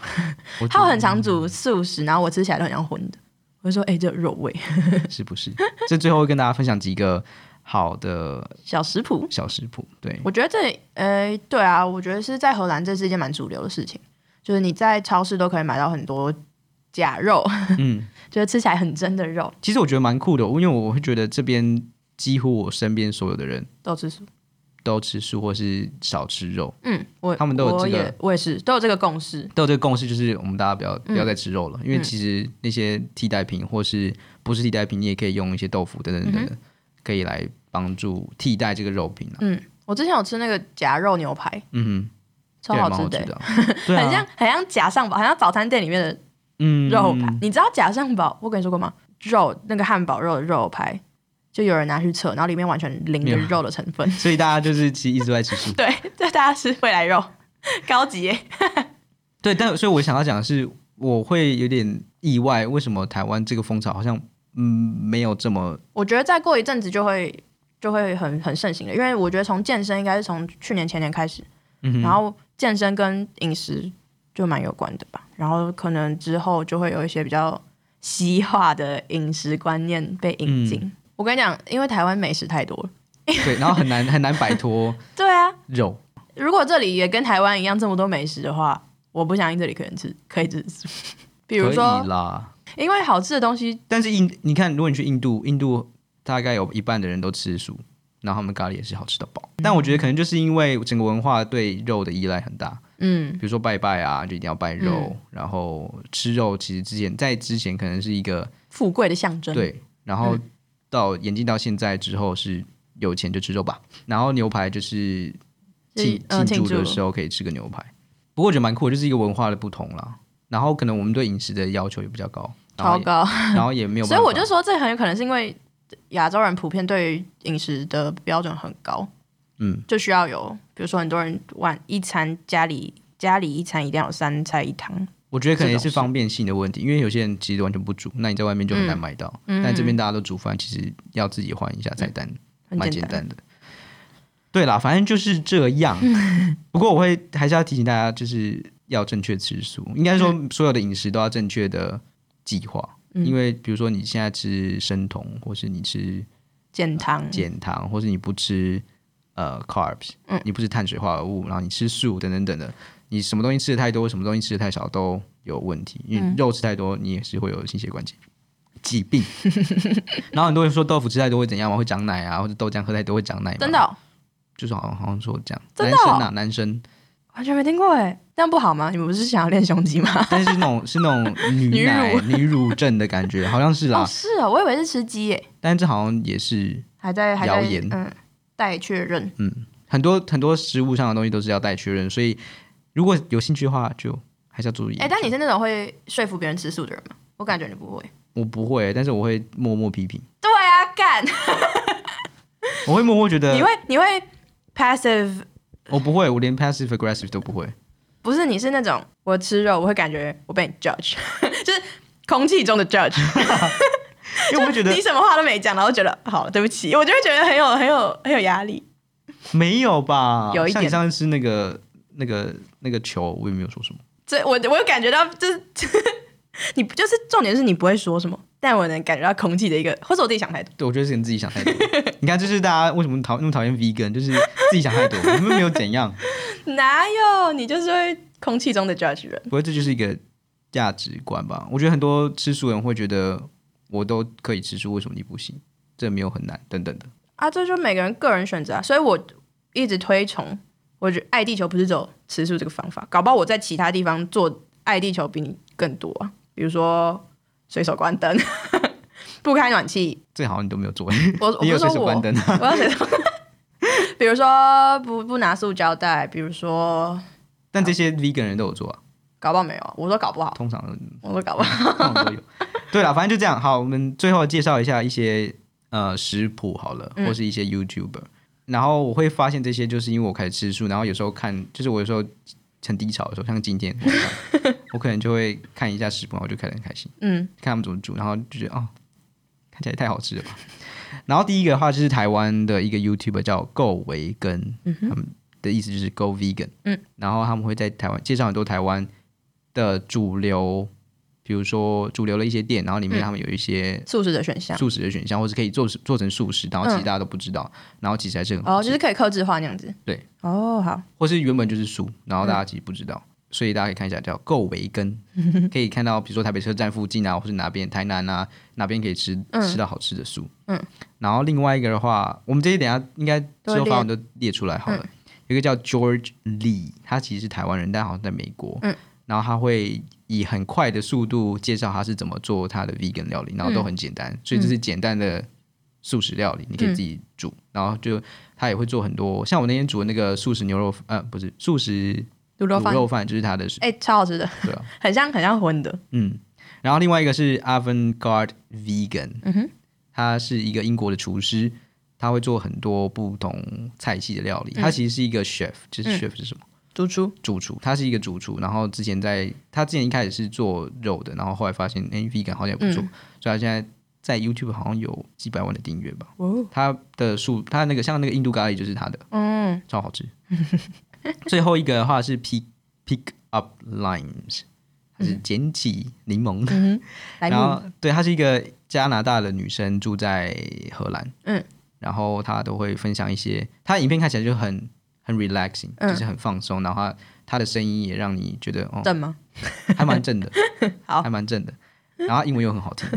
[SPEAKER 1] 我嗯觉
[SPEAKER 2] <laughs> 浩
[SPEAKER 1] 得
[SPEAKER 2] 很常煮素食，然后我吃起来都很像荤的。我就说，哎、这有肉味，
[SPEAKER 1] 是不是？这最后会跟大家分享几个好的
[SPEAKER 2] 小食谱。
[SPEAKER 1] 小食谱。对，
[SPEAKER 2] 我觉得这，呃，对啊，我觉得是在荷兰，这是一件蛮主流的事情，就是你在超市都可以买到很多假肉，
[SPEAKER 1] 嗯，
[SPEAKER 2] <laughs> 就是吃起来很真的肉，
[SPEAKER 1] 其实我觉得蛮酷的，因为我会觉得这边几乎我身边所有的人
[SPEAKER 2] 都吃素。
[SPEAKER 1] 都吃素或是少吃肉，
[SPEAKER 2] 嗯，我
[SPEAKER 1] 他们都有
[SPEAKER 2] 我
[SPEAKER 1] 这个
[SPEAKER 2] 也我也是都有这个共识。
[SPEAKER 1] 都有这个共识，就是我们大家不要不要再吃肉了，因为
[SPEAKER 2] 嗯
[SPEAKER 1] 其实那些替代品或是不是替代品，你也可以用一些豆腐等等等等，可以来帮助替代这个肉品啊。
[SPEAKER 2] 嗯，我之前有吃那个夹肉牛排，
[SPEAKER 1] 嗯
[SPEAKER 2] 超
[SPEAKER 1] 哼，
[SPEAKER 2] 好
[SPEAKER 1] 对蛮
[SPEAKER 2] 吃
[SPEAKER 1] 好
[SPEAKER 2] 的欸、
[SPEAKER 1] 的啊，
[SPEAKER 2] <laughs>
[SPEAKER 1] 对啊，
[SPEAKER 2] 很像很像假上堡，很像早餐店里面的
[SPEAKER 1] 嗯
[SPEAKER 2] 肉排。你知道假上堡？我跟你说过吗？肉那个汉堡肉的肉排，就有人拿去测，然后里面完全零
[SPEAKER 1] 没
[SPEAKER 2] 的
[SPEAKER 1] 有
[SPEAKER 2] 肉的成分。
[SPEAKER 1] 所以大家就是其实一直都在吃素。
[SPEAKER 2] 对， <laughs> 这大家是未来肉， <laughs> 高级耶。
[SPEAKER 1] 对，但所以我想要讲的是，我会有点意外，为什么台湾这个风潮好像嗯没有这么
[SPEAKER 2] 我觉得再过一阵子就会就会很很盛行了，因为我觉得从健身应该是从去年前年开始，
[SPEAKER 1] 嗯
[SPEAKER 2] 然后健身跟饮食就蛮有关的吧，然后可能之后就会有一些比较西化的饮食观念被引进。
[SPEAKER 1] 嗯
[SPEAKER 2] 我跟你讲，因为台湾美食太多了。
[SPEAKER 1] 对，然后很难很难摆脱
[SPEAKER 2] 对啊，
[SPEAKER 1] 肉。
[SPEAKER 2] 如果这里也跟台湾一样这么多美食的话，我不相信这里可能吃可以吃。 <laughs> 比如
[SPEAKER 1] <laughs> 可以
[SPEAKER 2] 说，
[SPEAKER 1] 啦，
[SPEAKER 2] 因为好吃的东西，
[SPEAKER 1] 但是印你看，如果你去印度，印度大概有一半的人都吃素，然后他们咖喱也是好吃到饱。但我觉得可能就是因为整个文化对肉的依赖很大，
[SPEAKER 2] 嗯
[SPEAKER 1] 比如说拜拜啊，就一定要拜肉，然后吃肉其实之前在之前可能是一个
[SPEAKER 2] 富贵的象征。，
[SPEAKER 1] 对，然后
[SPEAKER 2] 嗯
[SPEAKER 1] 到演进到现在之后是有钱就吃肉吧，然后牛排就是庆
[SPEAKER 2] 嗯
[SPEAKER 1] 庆
[SPEAKER 2] 庆
[SPEAKER 1] 祝的
[SPEAKER 2] 祝
[SPEAKER 1] 时候可以吃个牛排。不过我觉得蛮酷的，就是一个文化的不同啦。然后可能我们对饮食的要求也比较高，然后
[SPEAKER 2] 超
[SPEAKER 1] 也
[SPEAKER 2] 高。
[SPEAKER 1] 然后也没有
[SPEAKER 2] 所
[SPEAKER 1] 办法。
[SPEAKER 2] 以我就说，这很有可能是因为亚洲人普遍对于饮食的标准很高，
[SPEAKER 1] 嗯，
[SPEAKER 2] 就需要有，比如说很多人晚一餐家里家里一餐一定要有三菜一汤，
[SPEAKER 1] 我觉得可能也
[SPEAKER 2] 这
[SPEAKER 1] 是
[SPEAKER 2] 种事
[SPEAKER 1] 方便性的问题，因为有些人其实完全不煮，那你在外面就很难买到。
[SPEAKER 2] 嗯
[SPEAKER 1] 但这边大家都煮饭，其实要自己换一下菜单，
[SPEAKER 2] 很
[SPEAKER 1] 蛮
[SPEAKER 2] 简
[SPEAKER 1] 简
[SPEAKER 2] 单。
[SPEAKER 1] 单的。对啦，反正就是这
[SPEAKER 2] <laughs>
[SPEAKER 1] 样。不过我会还是要提醒大家，就是要正确吃素，应该
[SPEAKER 2] 嗯
[SPEAKER 1] 说所有的饮食都要正确的计划。因为比如说你现在吃生酮，或是你吃
[SPEAKER 2] 减糖，
[SPEAKER 1] 减糖，或是你不吃呃 carbs，、你不
[SPEAKER 2] 嗯
[SPEAKER 1] 吃碳水化合物，然后你吃素等等等的，你什么东西吃的太多，什么东西吃的太少都有问
[SPEAKER 2] 嗯
[SPEAKER 1] 题。因为肉吃太多，你也是会有心血管疾疾病。 <laughs> 然后很多人说豆腐吃太多会怎样嘛？会长奶啊，或者豆浆喝太多会长奶嘛？
[SPEAKER 2] 真的哦、
[SPEAKER 1] 就是好像好像说这样，
[SPEAKER 2] 真的
[SPEAKER 1] 男
[SPEAKER 2] 哦
[SPEAKER 1] 生啊，男生，
[SPEAKER 2] 完全没听过哎，这样不好吗？你们不是想要练胸肌吗？
[SPEAKER 1] 但是那种是那种女
[SPEAKER 2] <laughs> 女
[SPEAKER 1] 奶
[SPEAKER 2] 乳
[SPEAKER 1] 女乳症的感觉，好像 <laughs> 是啦，
[SPEAKER 2] <laughs> 哦，是啊、我以为是吃鸡耶，
[SPEAKER 1] 但是这好像也是
[SPEAKER 2] 还在还在
[SPEAKER 1] 谣言嗯
[SPEAKER 2] 嗯待确认。
[SPEAKER 1] 很多很多食物上的东西都是要带确认，所以如果有兴趣的话，就还是要注意。
[SPEAKER 2] 哎、但你是那种会说服别人吃素的人吗？我感觉你不会。
[SPEAKER 1] 我不会，但是我会默默批评，
[SPEAKER 2] 对啊，
[SPEAKER 1] 呃
[SPEAKER 2] 干！
[SPEAKER 1] 我会默默觉得
[SPEAKER 2] 你会你会 passive
[SPEAKER 1] 我不会，我连 passive aggressive 都
[SPEAKER 2] <laughs>
[SPEAKER 1] 不会。
[SPEAKER 2] 不是，你是那种我吃肉，我会感觉我被你 judge，就是 <laughs> 空气中的 judge，
[SPEAKER 1] 因为我会觉得
[SPEAKER 2] 你什么话都没讲，然后觉得好了，对不起，我就会觉得很有很有很有压力。
[SPEAKER 1] 没有吧，
[SPEAKER 2] 有一
[SPEAKER 1] 像你
[SPEAKER 2] 点
[SPEAKER 1] 上次吃那个那个那个球，我也没有说什么。
[SPEAKER 2] 这我我有感觉到，就是 <laughs> 你就是重点是你不会说什么，但我能感觉到空气的一个，或者我自己想太多。
[SPEAKER 1] 对，我觉得是你自己想
[SPEAKER 2] <laughs>
[SPEAKER 1] 太多。你看，就是大家为什么讨那么讨厌 vegan，就是自己想太多，你们没有怎样。
[SPEAKER 2] 哪有你就是会空气中的 judge 人？
[SPEAKER 1] 不过这就是一个价值观吧。我觉得很多吃素人会觉得，我都可以吃素，为什么你不行？这没有很难，等等的。
[SPEAKER 2] 啊，这就是每个人个人选择啊。所以我一直推崇，我觉得爱地球不是只有吃素这个方法，搞不好我在其他地方做爱地球比你更多啊。比如说随手关灯， <laughs> 不开暖气，
[SPEAKER 1] 这好像你都没有做，
[SPEAKER 2] 我我不
[SPEAKER 1] 你有
[SPEAKER 2] 是
[SPEAKER 1] 随
[SPEAKER 2] 说
[SPEAKER 1] 手
[SPEAKER 2] 我，
[SPEAKER 1] 关灯。啊
[SPEAKER 2] <laughs> 我要随手。比如说不不拿塑胶袋，比如说
[SPEAKER 1] 但这些 vegan 人都有做啊，
[SPEAKER 2] 搞不好没有啊，我说搞不好，
[SPEAKER 1] 通常
[SPEAKER 2] 我说搞不好，
[SPEAKER 1] 通常
[SPEAKER 2] <laughs>
[SPEAKER 1] 都有。对了，反正就这样。好，我们最后介绍一下一些呃食谱好了，
[SPEAKER 2] 嗯
[SPEAKER 1] 或是一些 YouTuber。然后我会发现这些，就是因为我开始吃素，然后有时候看，就是我有时候很低潮的时候，像今
[SPEAKER 2] <laughs>
[SPEAKER 1] 天晚上，我可能就会看一下食谱，然后我就开始很开心，
[SPEAKER 2] 嗯，
[SPEAKER 1] 看他们怎么煮，然后就觉得哦，看起来也太好吃了吧。 <laughs> 然后第一个的话就是台湾的一个 YouTuber 叫够维根，他们的意思就是 Go Vegan，嗯，然后他们会在台湾介绍很多台湾的主流，比如说主流的一些店，然后里面他们有一些
[SPEAKER 2] 素食的选项，
[SPEAKER 1] 素食的选项，或是可以做做成素食，然后其实大家都不知道，然后其实还是很好
[SPEAKER 2] 哦，
[SPEAKER 1] 吃，
[SPEAKER 2] 就是可以克制化那样子，
[SPEAKER 1] 对，
[SPEAKER 2] 哦，好，
[SPEAKER 1] 或是原本就是素，然后大家其实不知道。所以大家可以看一下，叫“够维 <laughs> 根”，可以看到，比如说台北车站附近啊，或是哪边台南啊，哪边可以吃吃到好吃的素。嗯，然后另外一个的话，我们这些等一下应该之后发文都列嗯出来好了。有一个叫 George Lee，他其实是台湾人，但好像在美国。嗯，然后他会以很快的速度介绍他是怎么做他的 vegan 料理，然后都很简单，所以这是简单的素食料理，你可以自己煮。然后就他也会做很多，像我那天煮的那个素食牛肉，呃，不是素食
[SPEAKER 2] 卤肉
[SPEAKER 1] 卤
[SPEAKER 2] 饭，
[SPEAKER 1] 肉饭，就是他的食
[SPEAKER 2] 哎、超好吃的，
[SPEAKER 1] 对啊
[SPEAKER 2] <laughs> 很像很像荤的，
[SPEAKER 1] 嗯，然后另外一个是 Avantgarde Vegan，嗯哼，他是一个英国的厨师，他会做很多不同菜系的料理。他其实是一个 chef，就是 chef 是什么？
[SPEAKER 2] 猪猪。
[SPEAKER 1] 嗯主厨，他是一个主厨。然后之前在他之前一开始是做肉的，然后后来发现哎 vegan 好像也不错，所以他现在在 YouTube 好像有几百万的订阅吧。
[SPEAKER 2] 哦，
[SPEAKER 1] 他的素，他那个像那个印度咖喱就是他的，嗯，超 <laughs> 好吃。最后一个的话是 Pick Pick Up Limes，他就是简几柠檬，
[SPEAKER 2] 嗯哼，嗯莱
[SPEAKER 1] 然
[SPEAKER 2] 姆
[SPEAKER 1] 后对，她是一个加拿大的女生，住在荷兰，
[SPEAKER 2] 嗯，
[SPEAKER 1] 然后她都会分享一些，她的影片看起来就很很 relaxing，
[SPEAKER 2] 嗯
[SPEAKER 1] 就是很放松，然后她她的声音也让你觉得哦，
[SPEAKER 2] 正吗？，
[SPEAKER 1] 还蛮正的
[SPEAKER 2] <laughs> 好
[SPEAKER 1] 还蛮正的。然后英文又很好
[SPEAKER 2] <laughs>
[SPEAKER 1] 听，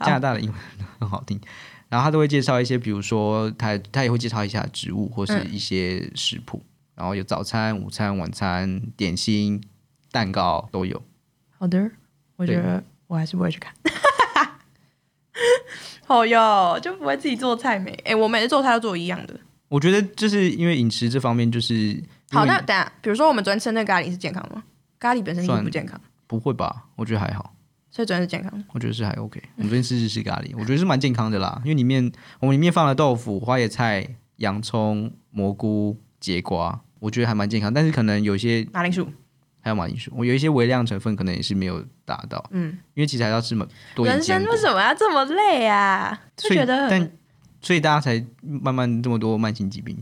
[SPEAKER 1] 加拿大的英文很好听。然后他都会介绍一些，比如说他他也会介绍一下植物或
[SPEAKER 2] 嗯
[SPEAKER 1] 是一些食谱，然后有早餐、午餐、晚餐、点心、蛋糕都有。
[SPEAKER 2] 好的，我
[SPEAKER 1] 对
[SPEAKER 2] 觉得我还是不会去看。 <laughs> 好哟，就不会自己做菜没？哎、我每次做菜都做一样的。
[SPEAKER 1] 我觉得就是因为饮食这方面，就是
[SPEAKER 2] 好，
[SPEAKER 1] 因为
[SPEAKER 2] 那等下，比如说我们昨天吃的那个咖喱是健康吗？咖喱本身就
[SPEAKER 1] 算
[SPEAKER 2] 不健康，
[SPEAKER 1] 不会吧？我觉得还好，
[SPEAKER 2] 所以昨天是健康的。
[SPEAKER 1] 我觉得是还 OK。我们昨天吃日式咖喱，我觉得是蛮健康的啦，因为里面我们里面放了豆腐、花椰菜、洋葱、蘑菇、节瓜，我觉得还蛮健康。但是可能有些
[SPEAKER 2] 马铃薯，
[SPEAKER 1] 还有马铃薯，我有一些微量成分可能也是没有达到，
[SPEAKER 2] 嗯，
[SPEAKER 1] 因为其实还要吃蛮多一点
[SPEAKER 2] 人生
[SPEAKER 1] 坚果
[SPEAKER 2] 为什么要这么累啊？就
[SPEAKER 1] 所以
[SPEAKER 2] 觉得很
[SPEAKER 1] 但所以大家才慢慢这么多慢性疾病，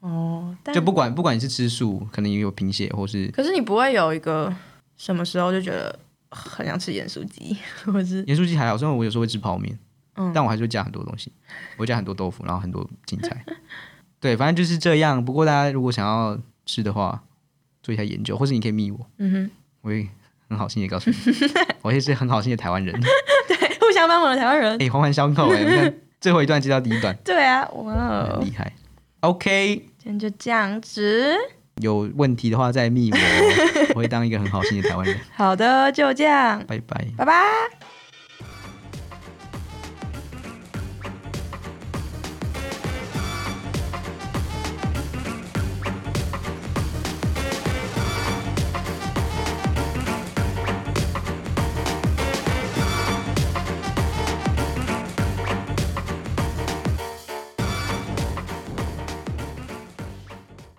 [SPEAKER 2] 哦，但
[SPEAKER 1] 就不管不管你是吃素，可能也有贫血或是
[SPEAKER 2] 可是你不会有一个什么时候就觉得呃很想吃盐酥鸡， <laughs> 或是
[SPEAKER 1] 盐酥鸡还好，虽然我有时候会吃泡面，
[SPEAKER 2] 嗯
[SPEAKER 1] 但我还是会加很多东西，我会加很多豆腐，然后很多青菜， <laughs> 对，反正就是这样。不过大家如果想要吃的话，做一下研究，或是你可以密我，
[SPEAKER 2] 嗯哼，
[SPEAKER 1] 我会很好心的告诉你， <laughs> 我也是很好心的台湾人。 <laughs>
[SPEAKER 2] 对，互相帮忙的台湾人，
[SPEAKER 1] 哎、环环相扣哎、你看最后一段接到第一段，
[SPEAKER 2] 对啊，哇哦
[SPEAKER 1] 很，厉害。OK，
[SPEAKER 2] 今天就这样子，
[SPEAKER 1] 有问题的话哦再密我，我会当一个很好心的台湾人。
[SPEAKER 2] 好的，就这样，
[SPEAKER 1] 拜拜。
[SPEAKER 2] 拜拜。